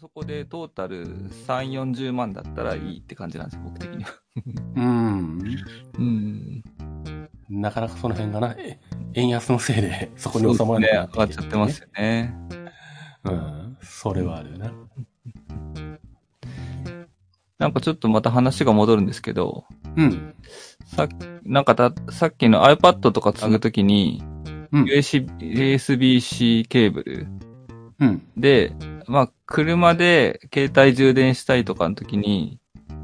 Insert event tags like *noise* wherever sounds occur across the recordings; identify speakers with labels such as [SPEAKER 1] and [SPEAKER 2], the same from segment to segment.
[SPEAKER 1] そこでトータル3、40万だったらいいって感じなんですよ、僕的には。
[SPEAKER 2] うん。
[SPEAKER 1] うん。
[SPEAKER 2] なかなかその辺がな、え円安のせい
[SPEAKER 1] *laughs*
[SPEAKER 2] で、そこに収まらなく
[SPEAKER 1] そう
[SPEAKER 2] な
[SPEAKER 1] ですね上がっちゃってますよね。
[SPEAKER 2] うん。それはあるよな。
[SPEAKER 1] なんかちょっとまた話が戻るんですけど、
[SPEAKER 2] うん。
[SPEAKER 1] さっき、なんかた、さっきの iPad とかつぐときに、
[SPEAKER 2] うん
[SPEAKER 1] USB USB-C ケーブル
[SPEAKER 2] うん。
[SPEAKER 1] で、まあ、車で携帯充電したいとかの時に、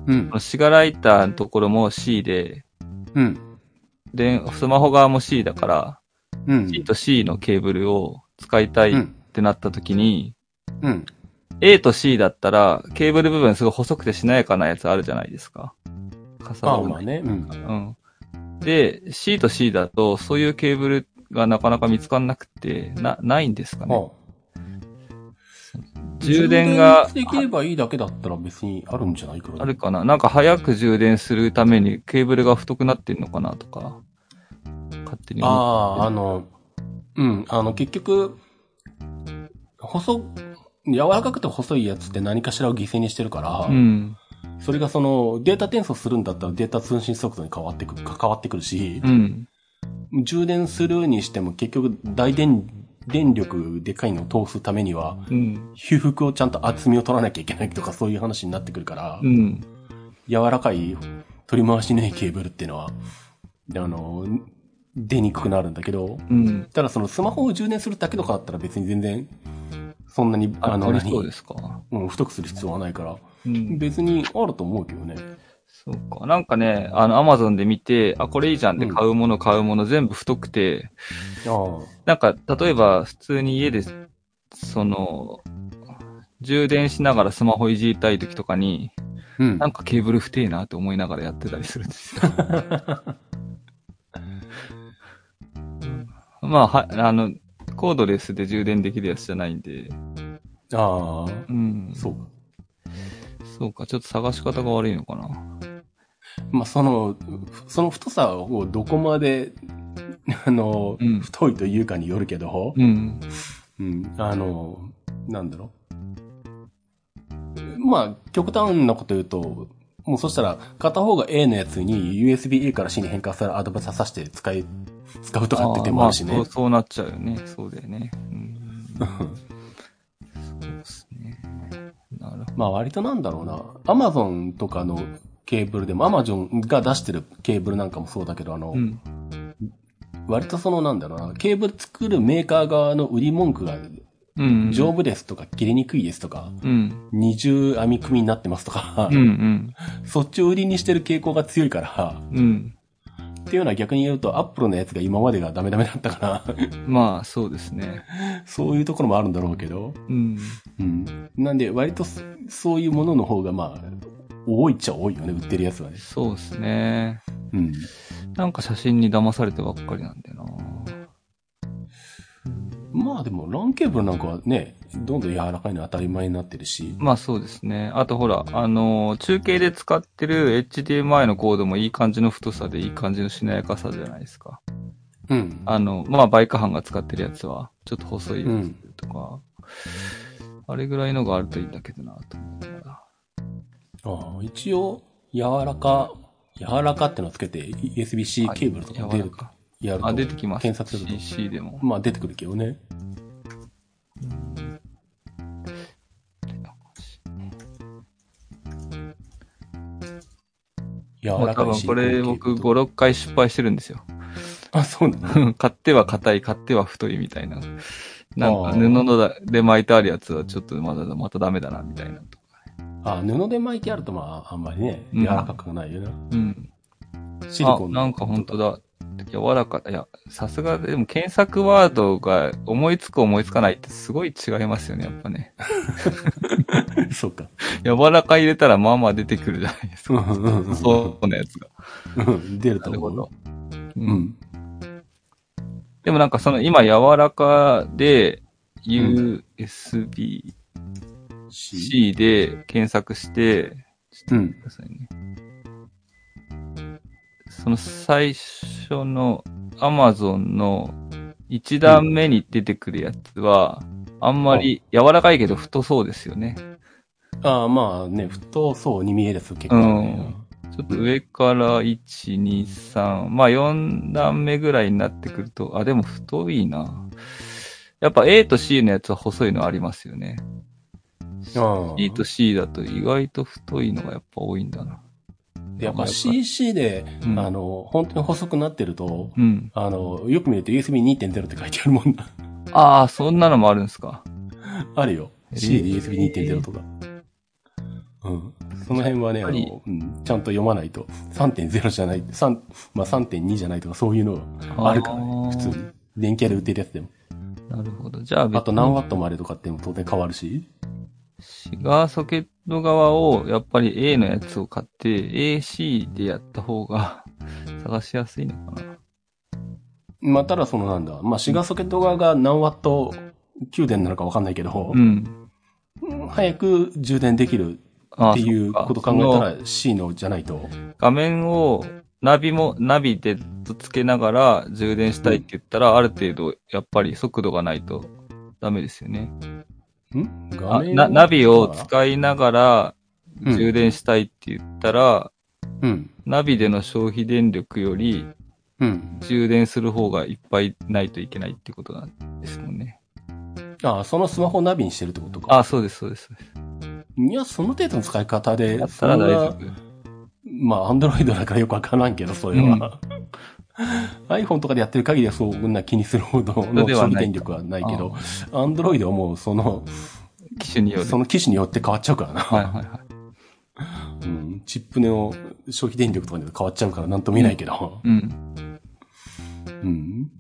[SPEAKER 2] うん
[SPEAKER 1] この。シガライターのところも C で、
[SPEAKER 2] うん。
[SPEAKER 1] で、スマホ側も C だから、
[SPEAKER 2] うん
[SPEAKER 1] C と C のケーブルを使いたいっ
[SPEAKER 2] うん。
[SPEAKER 1] てなった時に、
[SPEAKER 2] うん。
[SPEAKER 1] A と C だったら、ケーブル部分すごい細くてしなやかなやつあるじゃないですか。かさ
[SPEAKER 2] まあ
[SPEAKER 1] ば
[SPEAKER 2] ま
[SPEAKER 1] な
[SPEAKER 2] あ
[SPEAKER 1] い。
[SPEAKER 2] ね。うん。
[SPEAKER 1] うん。で、C と C だと、そういうケーブルがなかなか見つかんなくて、な、ないんですかね。
[SPEAKER 2] あ
[SPEAKER 1] 充電が
[SPEAKER 2] 充電していけばいいだけだったら別にあるんじゃないかな。
[SPEAKER 1] あるかななんか早く充電するためにケーブルが太くなってんのかなとか、勝手に思っ
[SPEAKER 2] ああ、あの、うん、あの、結局、細、柔らかくて細いやつって何かしらを犠牲にしてるから、
[SPEAKER 1] うん。
[SPEAKER 2] それがその、データ転送するんだったらデータ通信速度に変わってくる、関わってくるし
[SPEAKER 1] う、ん。
[SPEAKER 2] 充電するにしても結局大電、電力でかいのを通すためには、
[SPEAKER 1] うん。
[SPEAKER 2] 修復をちゃんと厚みを取らなきゃいけないとかそういう話になってくるから、
[SPEAKER 1] うん。
[SPEAKER 2] 柔らかい取り回しのいいケーブルっていうのは、あの、出にくくなるんだけど、
[SPEAKER 1] うん。
[SPEAKER 2] ただそのスマホを充電するだけとかだったら別に全然、そんなに、
[SPEAKER 1] あ、ありそう
[SPEAKER 2] 何
[SPEAKER 1] ですか。
[SPEAKER 2] うん、太くする必要はないから、
[SPEAKER 1] うん。
[SPEAKER 2] 別にあると思うけどね。
[SPEAKER 1] そうか。なんかね、あの、アマゾンで見て、あ、これいいじゃんって
[SPEAKER 2] うん
[SPEAKER 1] 買うもの買うもの全部太くて、
[SPEAKER 2] ああ、
[SPEAKER 1] なんか、例えば普通に家で、その、充電しながらスマホいじりたい時とかに、
[SPEAKER 2] うん
[SPEAKER 1] な。んかケーブル太えなって思いながらやってたりするん
[SPEAKER 2] *laughs*
[SPEAKER 1] ですよ。まあ、は、あの、コードレスで充電できるやつじゃないんで、
[SPEAKER 2] ああ、
[SPEAKER 1] うん。
[SPEAKER 2] そう。
[SPEAKER 1] そうか、ちょっと探し方が悪いのかな。
[SPEAKER 2] まあ、その、その太さをどこまで、あの、
[SPEAKER 1] うん
[SPEAKER 2] 太いというかによるけど、
[SPEAKER 1] うん。
[SPEAKER 2] うん、あの、なんだろう。まあ、極端なこと言うと、もうそしたら、片方が A のやつに USB-A から C に変換したらアドバイス挿して使い、使うとかって手もあるし
[SPEAKER 1] ーま
[SPEAKER 2] ね
[SPEAKER 1] あそう。そうなっちゃうよね。そうだよね。うん。そうですね。なるほど。
[SPEAKER 2] まあ割となんだろうな。アマゾンとかのケーブルでも、アマゾンが出してるケーブルなんかもそうだけど、あの、
[SPEAKER 1] うん。
[SPEAKER 2] 割とそのなんだろうな、ケーブル作るメーカー側の売り文句が、
[SPEAKER 1] うん。
[SPEAKER 2] 丈夫ですとか、切れにくいですとか、
[SPEAKER 1] うん。
[SPEAKER 2] 二重編み組みになってますとか
[SPEAKER 1] うん。う、ん。
[SPEAKER 2] そっちを売りにしてる傾向が強いから、
[SPEAKER 1] うん。
[SPEAKER 2] っていうのは逆に言うと、アップルのやつが今までがダメダメだったから、 *laughs*
[SPEAKER 1] まあ、そうですね。
[SPEAKER 2] そういうところもあるんだろうけど、
[SPEAKER 1] うん。
[SPEAKER 2] うん。なんで割とそそういうものの方がまあ、多いっちゃ多いよね、売ってるやつはね。
[SPEAKER 1] そうですね。
[SPEAKER 2] うん。
[SPEAKER 1] なんか写真に騙されてばっかりなんだよな。
[SPEAKER 2] まあでも、ランケーブルなんかはね、どんどん柔らかいの当たり前になってるし。
[SPEAKER 1] まあそうですね。あとほら、あのー中継で使ってる HDMI のコードもいい感じの太さでいい感じのしなやかさじゃないですか。
[SPEAKER 2] うん。
[SPEAKER 1] あの、まあバイカハンが使ってるやつは、ちょっと細いや
[SPEAKER 2] うん
[SPEAKER 1] つとか、あれぐらいのがあるといいんだけどなと思いながら。
[SPEAKER 2] ああ一応、柔らか、柔らかってのをつけて、USB-C ケーブルとか
[SPEAKER 1] はい
[SPEAKER 2] 出
[SPEAKER 1] 柔ら
[SPEAKER 2] る
[SPEAKER 1] か。
[SPEAKER 2] やると。
[SPEAKER 1] あ、出てきます。
[SPEAKER 2] 検索する
[SPEAKER 1] CC でも
[SPEAKER 2] と。。まあ出てくるけどね。柔
[SPEAKER 1] もう
[SPEAKER 2] ら
[SPEAKER 1] 多
[SPEAKER 2] かい
[SPEAKER 1] 分
[SPEAKER 2] し。
[SPEAKER 1] これ僕5、
[SPEAKER 2] ご
[SPEAKER 1] 6回失敗してるんですよ。 *laughs*
[SPEAKER 2] あ、そうなの
[SPEAKER 1] 買っては硬い、買っては太いみたいな。なんか
[SPEAKER 2] あー
[SPEAKER 1] 布のだで巻いてあるやつはちょっとまだ、またダメだな、みたいなとか。
[SPEAKER 2] あ、布で巻いてあるとまあ、あんまりね、
[SPEAKER 1] うん
[SPEAKER 2] 柔らかくはないよな。
[SPEAKER 1] うん。
[SPEAKER 2] シリコ
[SPEAKER 1] あ
[SPEAKER 2] ンの。
[SPEAKER 1] なんか本当だ。柔らか、いや、さすが、でも検索ワードが思いつく思いつかないってすごい違いますよね、やっぱね。
[SPEAKER 2] *laughs* そうか。
[SPEAKER 1] 柔らか入れたらまあまあ出てくるじゃないです
[SPEAKER 2] う
[SPEAKER 1] か。
[SPEAKER 2] んうんうん
[SPEAKER 1] そうなやつが。
[SPEAKER 2] うん。 *laughs* 出ると
[SPEAKER 1] なるほ
[SPEAKER 2] 思う。
[SPEAKER 1] ど。う。
[SPEAKER 2] うんん。
[SPEAKER 1] でもなんかその今柔らかで USB-C
[SPEAKER 2] し
[SPEAKER 1] で検索して、
[SPEAKER 2] うん。
[SPEAKER 1] くださいね。その最初の Amazon の1段目に出てくるやつは、あんまり柔らかいけど太そうですよね。
[SPEAKER 2] ああ、まあね、太そうに見えるです、結構、
[SPEAKER 1] うんちょっと上から1、2、3、まあ4段目ぐらいになってくると、あ、でも太いな。やっぱ A と C のやつは細いのありますよね。
[SPEAKER 2] うん。
[SPEAKER 1] B と C だと意外と太いのがやっぱ多いんだな。
[SPEAKER 2] やっぱ CC で、
[SPEAKER 1] うん
[SPEAKER 2] あの、本当に細くなってると、
[SPEAKER 1] うん。
[SPEAKER 2] あの、よく見ると USB2.0 って書いてあるもんな。 *laughs*
[SPEAKER 1] ああ、そんなのもあるんですか。
[SPEAKER 2] あるよ。C で USB2.0 とか。うん。その辺はね、
[SPEAKER 1] や
[SPEAKER 2] あ
[SPEAKER 1] っぱり
[SPEAKER 2] の、うんちゃんと読まないと、3.0じゃない、3、まあ3.2じゃないとかそういうのがあるからね、
[SPEAKER 1] あー
[SPEAKER 2] 普通に。電気屋で売ってるやつでも。
[SPEAKER 1] なるほど。じゃあ別に
[SPEAKER 2] あと何ワットまでとかっても当然変わるし。
[SPEAKER 1] が、ソケット側を、やっぱり A のやつを買って、AC でやった方が、 *laughs* 探しやすいのかな。
[SPEAKER 2] まあ、ただそのなんだ、まあ、シガーソケット側が何ワット給電なのかわかんないけど
[SPEAKER 1] う、ん。
[SPEAKER 2] 早く充電できる
[SPEAKER 1] ああ
[SPEAKER 2] っていう
[SPEAKER 1] そっか
[SPEAKER 2] ことを考え
[SPEAKER 1] その
[SPEAKER 2] たら C のじゃないと。
[SPEAKER 1] 画面を、ナビも、ナビでとつけながら充電したいって言ったら、ある程度、やっぱり速度がないとダメですよね。
[SPEAKER 2] ん画
[SPEAKER 1] あ
[SPEAKER 2] 面
[SPEAKER 1] なナビを使いながら充電したいって言ったら、
[SPEAKER 2] うん。
[SPEAKER 1] ナビでの消費電力より
[SPEAKER 2] うん。
[SPEAKER 1] 充電する方がいっぱいないといけないってことなんですもんね。
[SPEAKER 2] あ、そのスマホをナビにしてるってことか。
[SPEAKER 1] あ、そうです、そうです。そうです
[SPEAKER 2] いや、その程度の使い方で
[SPEAKER 1] や、ったら大丈
[SPEAKER 2] そんな
[SPEAKER 1] 夫。
[SPEAKER 2] まあ、アンドロイドだからよくわからんけど、それは。iPhone とかでやってる限りはそんな気にするほどの
[SPEAKER 1] ではな
[SPEAKER 2] 消
[SPEAKER 1] い
[SPEAKER 2] 費電力はないけど、アンドロイドはもうその、
[SPEAKER 1] 機種による。
[SPEAKER 2] その機種によって変わっちゃうからな。
[SPEAKER 1] はいはいはい。
[SPEAKER 2] うん、チップの消費電力とかによって変わっちゃうからなんとも言えないけど。
[SPEAKER 1] うん。
[SPEAKER 2] うん。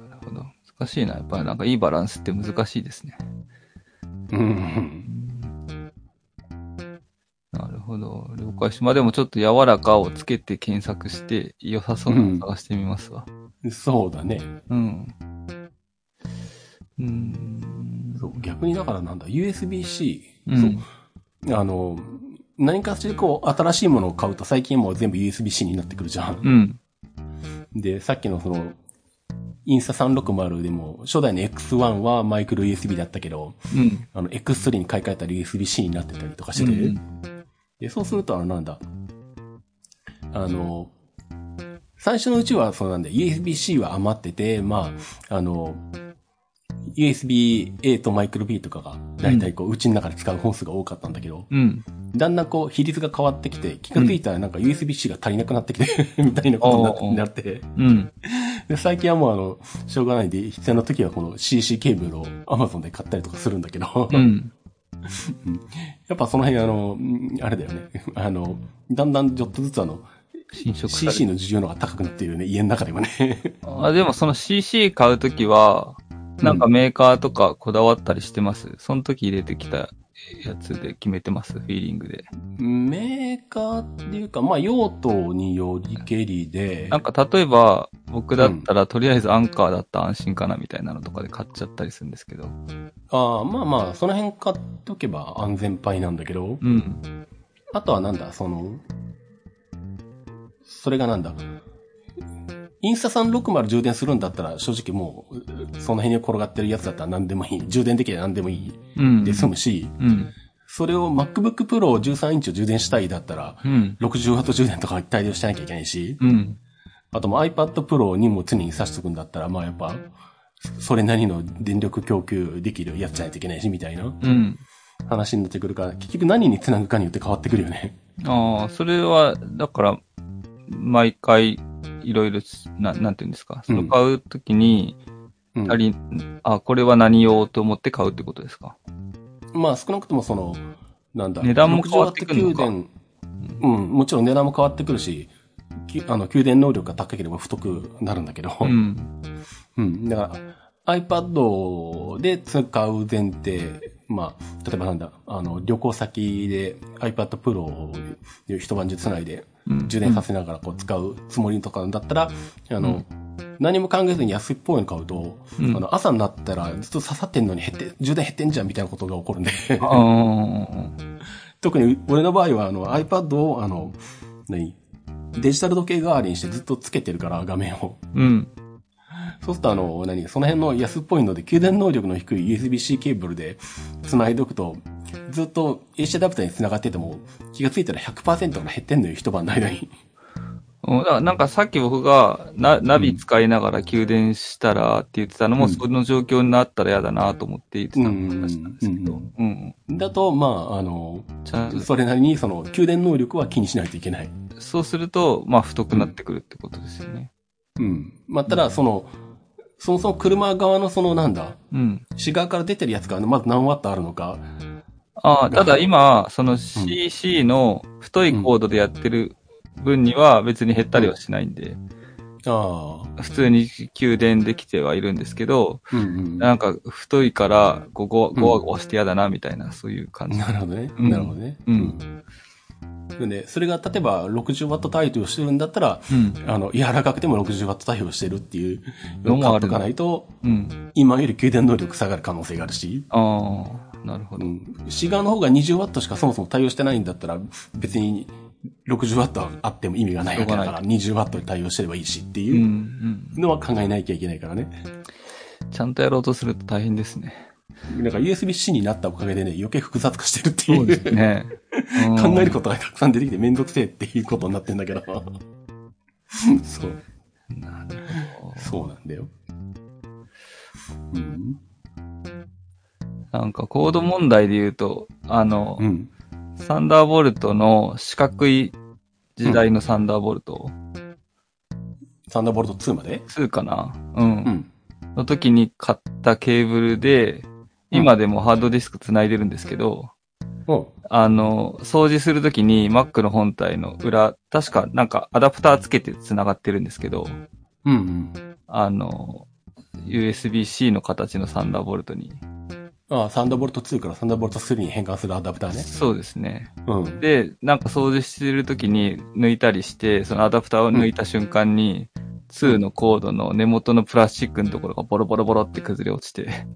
[SPEAKER 1] なるほど。難しいな。やっぱりなんかいいバランスって難しいですね。
[SPEAKER 2] うん。
[SPEAKER 1] なるほど。了解し。まあでもちょっと柔らかをつけて検索して良さそうなのを探してみますわ。
[SPEAKER 2] そうだね。
[SPEAKER 1] うん。うん。
[SPEAKER 2] そう逆にだからなんだ、USB-C。
[SPEAKER 1] うん
[SPEAKER 2] そう。あの、何かしらこう、新しいものを買うと最近もう全部 USB-C になってくるじゃん。
[SPEAKER 1] うん。
[SPEAKER 2] で、さっきのその、インスタ360でも、初代の X1 はマイクロ USB だったけど、
[SPEAKER 1] うん。
[SPEAKER 2] あの、X3 に買い替えたら USB-C になってたりとかしてて、
[SPEAKER 1] うん。
[SPEAKER 2] で、そうすると、あの、なんだ。あの、最初のうちは、そうなんだ、USB-C は余ってて、まあ、あの、USB-A とマイクロ B とかが、だいたいこう、うちの中で使う本数が多かったんだけど、
[SPEAKER 1] うん。
[SPEAKER 2] だんだんこう、比率が変わってきて、気がついたらなんか USB-C が足りなくなってき *laughs* て、みたいなことになって、
[SPEAKER 1] うん。
[SPEAKER 2] で、最近はもうあの、しょうがないんで、必要な時はこの CC ケーブルを Amazon で買ったりとかするんだけど、
[SPEAKER 1] うん。
[SPEAKER 2] やっぱその辺あの、うんあれだよね。あの、だんだんちょっとずつあの、
[SPEAKER 1] 侵食され
[SPEAKER 2] CC の需要の方が高くなっているよね、家の中でもね。
[SPEAKER 1] あでもその CC 買うときは、なんかメーカーとかこだわったりしてます、その時入れてきたやつで決めてますフィーリングで。
[SPEAKER 2] *laughs* メーカーっていうか、まあ用途によりけりで、
[SPEAKER 1] なんか例えば、僕だったらとりあえずアンカーだったら安心かなみたいなのとかで買っちゃったりするんですけど。
[SPEAKER 2] あーまあまあ、その辺買っとけば安全パイなんだけど、
[SPEAKER 1] うん。
[SPEAKER 2] あとはなんだ、その、それがなんだ。インスタ360充電するんだったら、正直もう、その辺に転がってるやつだったら何でもいい。充電できれば何でもいい。
[SPEAKER 1] うん。
[SPEAKER 2] で済むし、
[SPEAKER 1] うん。
[SPEAKER 2] それを MacBook Pro 13インチを充電したいだったら、
[SPEAKER 1] うん。
[SPEAKER 2] 60W 充電とか対応しなきゃいけないし、
[SPEAKER 1] うん。
[SPEAKER 2] あともう iPad Pro にも常に挿しとくんだったら、まあやっぱ、それなりの電力供給できるやつじゃないといけないし、みたいな
[SPEAKER 1] うん。
[SPEAKER 2] 話になってくるから、結局何に繋ぐかによって変わってくるよね。
[SPEAKER 1] ああ、それは、だから、毎回、いろいろ、ななんていうんですか。その買うときに、
[SPEAKER 2] うん
[SPEAKER 1] あり、あ、これは何用と思って買うってことですか。
[SPEAKER 2] まあ少なくともその、なんだ、
[SPEAKER 1] 値段も変わってくるのか
[SPEAKER 2] 60ワット給電うん、もちろん値段も変わってくるし、きあの、給電能力が高ければ太くなるんだけど、
[SPEAKER 1] う
[SPEAKER 2] うん、
[SPEAKER 1] ん。
[SPEAKER 2] だから、iPad で使う前提、まあ、例えばなんだ、あの、旅行先で iPad Pro を一晩中つないで
[SPEAKER 1] うん
[SPEAKER 2] 充電させながらこう使うつもりとかだったら、あの、何も考えずに安いっぽいの買うと、
[SPEAKER 1] うん
[SPEAKER 2] あの朝になったらずっと刺さってんのに減って、充電減ってんじゃんみたいなことが起こるんで。 *laughs*
[SPEAKER 1] ああ、
[SPEAKER 2] 特に俺の場合はあの iPad をあの、何デジタル時計代わりにしてずっとつけてるから画面を。
[SPEAKER 1] うん。
[SPEAKER 2] そうするとあの、何その辺の安っぽいので給電能力の低い USB-C ケーブルで繋いどくと、ずっと AC アダプターに繋がってても、気がついたら100%から減ってんのよ、一晩の間に。
[SPEAKER 1] うんだからなんかさっき僕がナナビ使いながら給電したらって言ってたのも、
[SPEAKER 2] うん
[SPEAKER 1] その状況になったら嫌だなと思って言ってたの
[SPEAKER 2] う
[SPEAKER 1] も
[SPEAKER 2] ん
[SPEAKER 1] 確かなんですけど、うん
[SPEAKER 2] だと、まあ、あの、
[SPEAKER 1] ちゃんと
[SPEAKER 2] それなりに、その、給電能力は気にしないといけない。
[SPEAKER 1] そうすると、まあ太くなってくるってことですよね。
[SPEAKER 2] うん。まあ、ただ、その、そもそも車側のその、なんだ、
[SPEAKER 1] うん。
[SPEAKER 2] 市側から出てるやつが、まず何ワットあるのか。
[SPEAKER 1] ああ、ただ今、その CC の太いコードでやってる分には別に減ったりはしないんで、
[SPEAKER 2] ああ。
[SPEAKER 1] 普通に給電できてはいるんですけど、
[SPEAKER 2] うんうん。
[SPEAKER 1] な
[SPEAKER 2] なん
[SPEAKER 1] か太いからこうごわ
[SPEAKER 2] うん
[SPEAKER 1] ごわごわして嫌だなみたいな、そういう感じ。
[SPEAKER 2] るほどね。
[SPEAKER 1] うん
[SPEAKER 2] なるほどね。
[SPEAKER 1] うん
[SPEAKER 2] うん。で、それが例えば60ワット対応してるんだったら、
[SPEAKER 1] うん。
[SPEAKER 2] あの、柔らかくても60ワット対応してるっていう
[SPEAKER 1] のもある
[SPEAKER 2] 買っとかないと、
[SPEAKER 1] うん。
[SPEAKER 2] 今より給電能力下がる可能性があるし、
[SPEAKER 1] ああ、なるほ
[SPEAKER 2] う
[SPEAKER 1] ど。
[SPEAKER 2] ん。シガーの方が20ワットしかそもそも対応してないんだったら、別に60ワットあっても意味がないわけだ
[SPEAKER 1] しょ
[SPEAKER 2] か
[SPEAKER 1] うが
[SPEAKER 2] ら、20ワットで対応してればいいしって
[SPEAKER 1] うん、う。
[SPEAKER 2] いうんのは考えなきゃいけないからね。
[SPEAKER 1] ちゃんとやろうとすると大変ですね。
[SPEAKER 2] なんか USB-C になったおかげでね、余計複雑化してるっていう。
[SPEAKER 1] *laughs* ね。う
[SPEAKER 2] 考
[SPEAKER 1] ん
[SPEAKER 2] えることがたくさん出てきてめんどくせえっていうことになってんだけど。そう。
[SPEAKER 1] なるほ
[SPEAKER 2] そうなんだよ。うん。
[SPEAKER 1] ど。なんかコード問題で言うと、あの、
[SPEAKER 2] うん。
[SPEAKER 1] サンダーボルトの四角い時代のサンダーボルト
[SPEAKER 2] サンダーボルト2まで
[SPEAKER 1] 2かなうん。
[SPEAKER 2] うん。
[SPEAKER 1] の時に買ったケーブルで、今でもハードディスク繋いでるんですけど、
[SPEAKER 2] うん。
[SPEAKER 1] あの、掃除するときに Mac の本体の裏、確かなんかアダプターつけて繋がってるんですけど、
[SPEAKER 2] うん。
[SPEAKER 1] あの、USB-C の形のサンダーボルトに。
[SPEAKER 2] ああ、サンダーボルト2からサンダーボルト3に変換するアダプターね。
[SPEAKER 1] そうですね。
[SPEAKER 2] うん。
[SPEAKER 1] で、なんか掃除してる時に抜いたりして、そのアダプターを抜いた瞬間に、2のコードの根元のプラスチックのところがボロボロボロって崩れ落ち
[SPEAKER 2] *laughs*
[SPEAKER 1] て。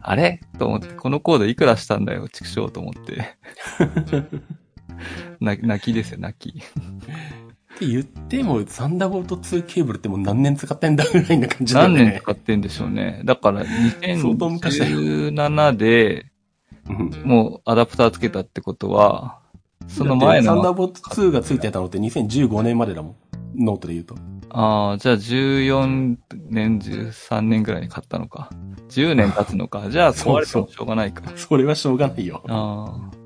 [SPEAKER 1] あれと思って、このコードいくらしたんだよ、畜生と思って。な泣きですよ、泣き。
[SPEAKER 2] って言っても、サンダーボルト2ケーブルってもう何年使ってんだぐらいな感じだよ
[SPEAKER 1] 何年
[SPEAKER 2] ね。
[SPEAKER 1] 使ってんでしょうね。だから、
[SPEAKER 2] 相当昔だよ
[SPEAKER 1] 2017で、
[SPEAKER 2] 何年
[SPEAKER 1] もうアダプターつけたってことは、その前
[SPEAKER 2] サンダ
[SPEAKER 1] の、
[SPEAKER 2] ーボルト2がついてたのって2015年までだもん。ノートで言うと。
[SPEAKER 1] ああ、じゃあ14年、13年ぐらいに買ったのか。10年経つのか。じゃあ壊れてもしょうがないか。
[SPEAKER 2] それはしょうがないよ。
[SPEAKER 1] あ
[SPEAKER 2] うん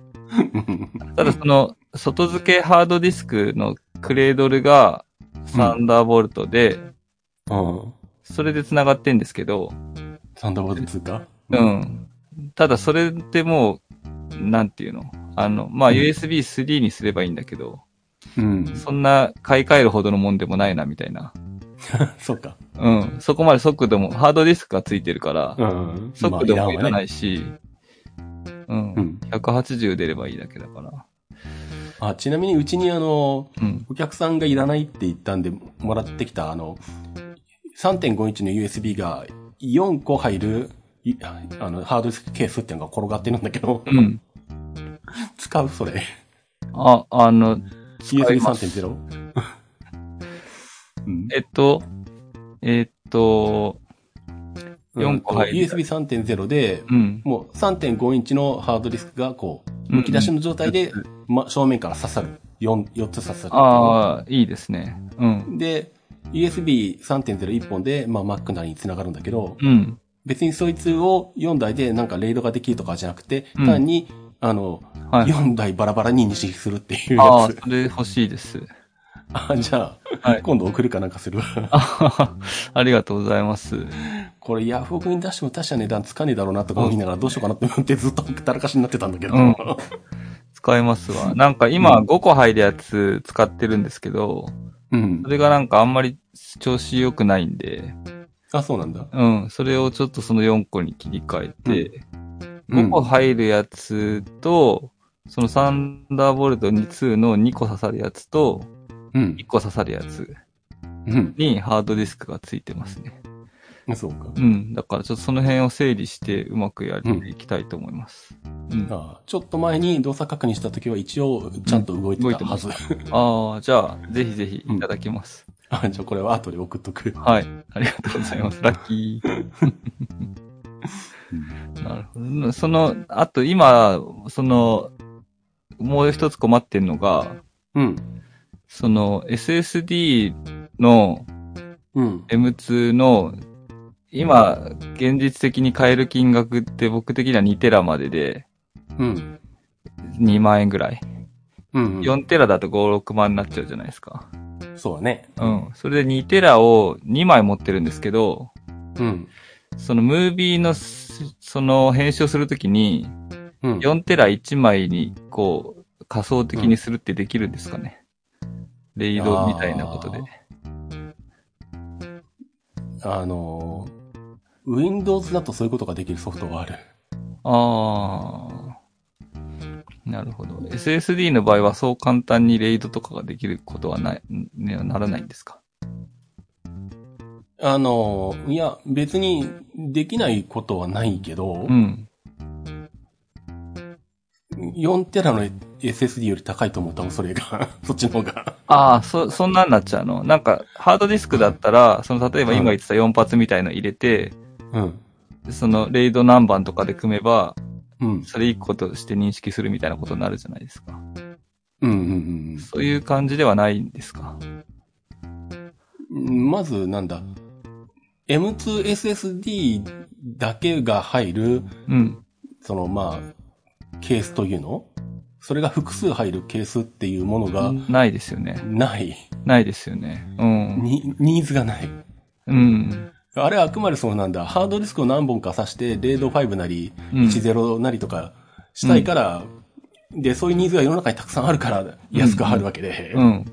[SPEAKER 1] あただその、外付けハードディスクのクレードルがサンダーボルトで、
[SPEAKER 2] *laughs* うん。
[SPEAKER 1] それで繋がってんですけど、
[SPEAKER 2] サンダーボルト2か
[SPEAKER 1] う。ん。ただそれってもう、なんていうのあの、まあ、
[SPEAKER 2] うん
[SPEAKER 1] USB3 にすればいいんだけど、
[SPEAKER 2] うん。
[SPEAKER 1] そんな買い替えるほどのもんでもないな、みたいな。
[SPEAKER 2] *laughs* そうか。
[SPEAKER 1] うん。そこまで速度も、ハードディスクがついてるから、
[SPEAKER 2] うん。
[SPEAKER 1] 速度もいら
[SPEAKER 2] まあ。
[SPEAKER 1] ないいし、うん、
[SPEAKER 2] うん。
[SPEAKER 1] 180出ればいいだけだから。
[SPEAKER 2] あ、ちなみにうちにあの、
[SPEAKER 1] うん。
[SPEAKER 2] お客さんがいらないって言ったんで、もらってきた、あの、3.5インチの USB が4個入る、いああの、ハードディスクケースっていうのが転がってるんだけど、
[SPEAKER 1] うん。
[SPEAKER 2] *laughs* 使うそれ。
[SPEAKER 1] あ、あの、使います。
[SPEAKER 2] USB3.0? うん
[SPEAKER 1] えっと、えっと、4個入る
[SPEAKER 2] うん USB3.0 で、
[SPEAKER 1] うん。
[SPEAKER 2] もう3.5インチのハードディスクがこう、
[SPEAKER 1] うん
[SPEAKER 2] むき出しの状態で、ま、正面から刺さる。4, 4つ刺さるっていう
[SPEAKER 1] ああ、いいですね。うん。
[SPEAKER 2] で、USB3.0 一本で、まあ、Mac なりに繋がるんだけど、
[SPEAKER 1] うん。
[SPEAKER 2] 別にそいつを4台でなんかレイドができるとかじゃなくて、
[SPEAKER 1] うん
[SPEAKER 2] 単に、あの、
[SPEAKER 1] はい。
[SPEAKER 2] 4台バラバラに認識するっていう
[SPEAKER 1] ああ
[SPEAKER 2] や
[SPEAKER 1] ー
[SPEAKER 2] つ、。
[SPEAKER 1] それ欲しいです。 *laughs*
[SPEAKER 2] あじゃあ、
[SPEAKER 1] はい
[SPEAKER 2] 今度送るかなんかするわ。
[SPEAKER 1] あははありがとうございます。
[SPEAKER 2] これヤフオクに出しても確か値段つかねえだろうなとか思いながらどうしようかなって思ってずっとほったらかしになってたんだけど。
[SPEAKER 1] うん
[SPEAKER 2] *laughs*
[SPEAKER 1] 使いますわ。なんか今5個入るやつ使ってるんですけど、
[SPEAKER 2] うん
[SPEAKER 1] そ。れがなんかあんまり調子良くないんで、
[SPEAKER 2] あ、そうなんだ。
[SPEAKER 1] うん。それをちょっとその4個に切り替えて、
[SPEAKER 2] うん
[SPEAKER 1] 5個入るやつと、そのサンダーボルト2の2個刺さるやつと、
[SPEAKER 2] うん
[SPEAKER 1] 1。個刺さるやつ
[SPEAKER 2] うん。
[SPEAKER 1] にハードディスクがついてますね。
[SPEAKER 2] そうか。
[SPEAKER 1] うん。だからちょっとその辺を整理してうまくやっていきたいと思います。うん。あ
[SPEAKER 2] あちょっと前に動作確認した時は一応ちゃんと動いてたはず。 *laughs*
[SPEAKER 1] あー、じゃあ、ぜひぜひいただきます。
[SPEAKER 2] あ、じゃあこれは後で送っとく。
[SPEAKER 1] はい。ありがとうございます。ラッキー。なるほうんその、あと今、その、もう一つ困ってんのが、
[SPEAKER 2] うん。
[SPEAKER 1] その SSD の
[SPEAKER 2] うん。
[SPEAKER 1] M2 の、今、現実的に買える金額って僕的には2テラまでで
[SPEAKER 2] うん。
[SPEAKER 1] 2万円ぐらい。
[SPEAKER 2] うん。
[SPEAKER 1] 4テラだと5、6万になっちゃうじゃないですか。
[SPEAKER 2] そうだね。
[SPEAKER 1] うん。それで2テラを2枚持ってるんですけど、
[SPEAKER 2] うん。
[SPEAKER 1] そのムービーのす、その編集をするときに、
[SPEAKER 2] うん。
[SPEAKER 1] 4テラ1枚に、こう、仮想的にするってできるんですかね。レイドみたいなことで。
[SPEAKER 2] あのー、Windows だとそういうことができるソフトがある。
[SPEAKER 1] あー。なるほど。SSD の場合はそう簡単にレイドとかができることはない、ね、ならないんですか
[SPEAKER 2] あのー、いや、別にできないことはないけど
[SPEAKER 1] う、ん。
[SPEAKER 2] 4テラの SSD より高いと思ったもん、それが。 *laughs* そっちの方が。
[SPEAKER 1] ああ、そ、そんなんなっちゃうのなんか、ハードディスクだったら、その、例えば今言ってた4発みたいの入れて、
[SPEAKER 2] うん。
[SPEAKER 1] その、レイド何番とかで組めば、
[SPEAKER 2] うん。
[SPEAKER 1] それ1個として認識するみたいなことになるじゃないですか。
[SPEAKER 2] うんうん
[SPEAKER 1] そういう感じではないんですか
[SPEAKER 2] うん。まず、なんだ。M2SSD だけが入る、
[SPEAKER 1] うん。
[SPEAKER 2] その、まあ、ケースというのそれが複数入るケースっていうものが
[SPEAKER 1] ないですよね。
[SPEAKER 2] ない。
[SPEAKER 1] ないですよね。うん。
[SPEAKER 2] に、ニーズがない。
[SPEAKER 1] うん。
[SPEAKER 2] あれはあくまでそうなんだ。ハードディスクを何本か挿して、レード5なり、
[SPEAKER 1] うん
[SPEAKER 2] 10なりとかしたいから、で、そういうニーズが世の中にたくさんあるから、安くあるわけで、
[SPEAKER 1] う
[SPEAKER 2] うん
[SPEAKER 1] ん。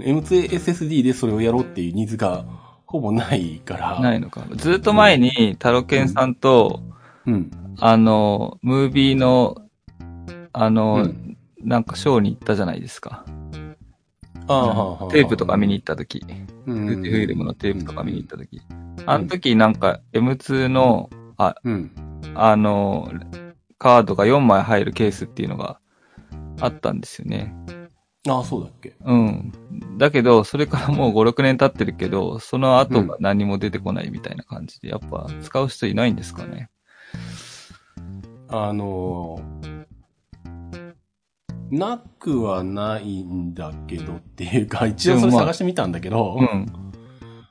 [SPEAKER 2] M2SSD でそれをやろうっていうニーズがほぼないから、
[SPEAKER 1] ないのか。ずっと前に、タロケンさんと、
[SPEAKER 2] うん。
[SPEAKER 1] あの、ムービーの、あの、
[SPEAKER 2] うん
[SPEAKER 1] なんかショーに行ったじゃないですか。
[SPEAKER 2] ああはあはあ
[SPEAKER 1] テープとか見に行った時。
[SPEAKER 2] うん
[SPEAKER 1] フィルムのテープとか見に行った時。あの時なんか M2 の、
[SPEAKER 2] うん。
[SPEAKER 1] あの、カードが4枚入るケースっていうのがあったんですよね。
[SPEAKER 2] ああ、そうだっけ。
[SPEAKER 1] うん。だけど、それからもう5、6年経ってるけど、その後が何も出てこないみたいな感じで、やっぱ使う人いないんですかね。
[SPEAKER 2] あのーなくはないんだけどっていうか、一応それ探してみたんだけど、
[SPEAKER 1] うん。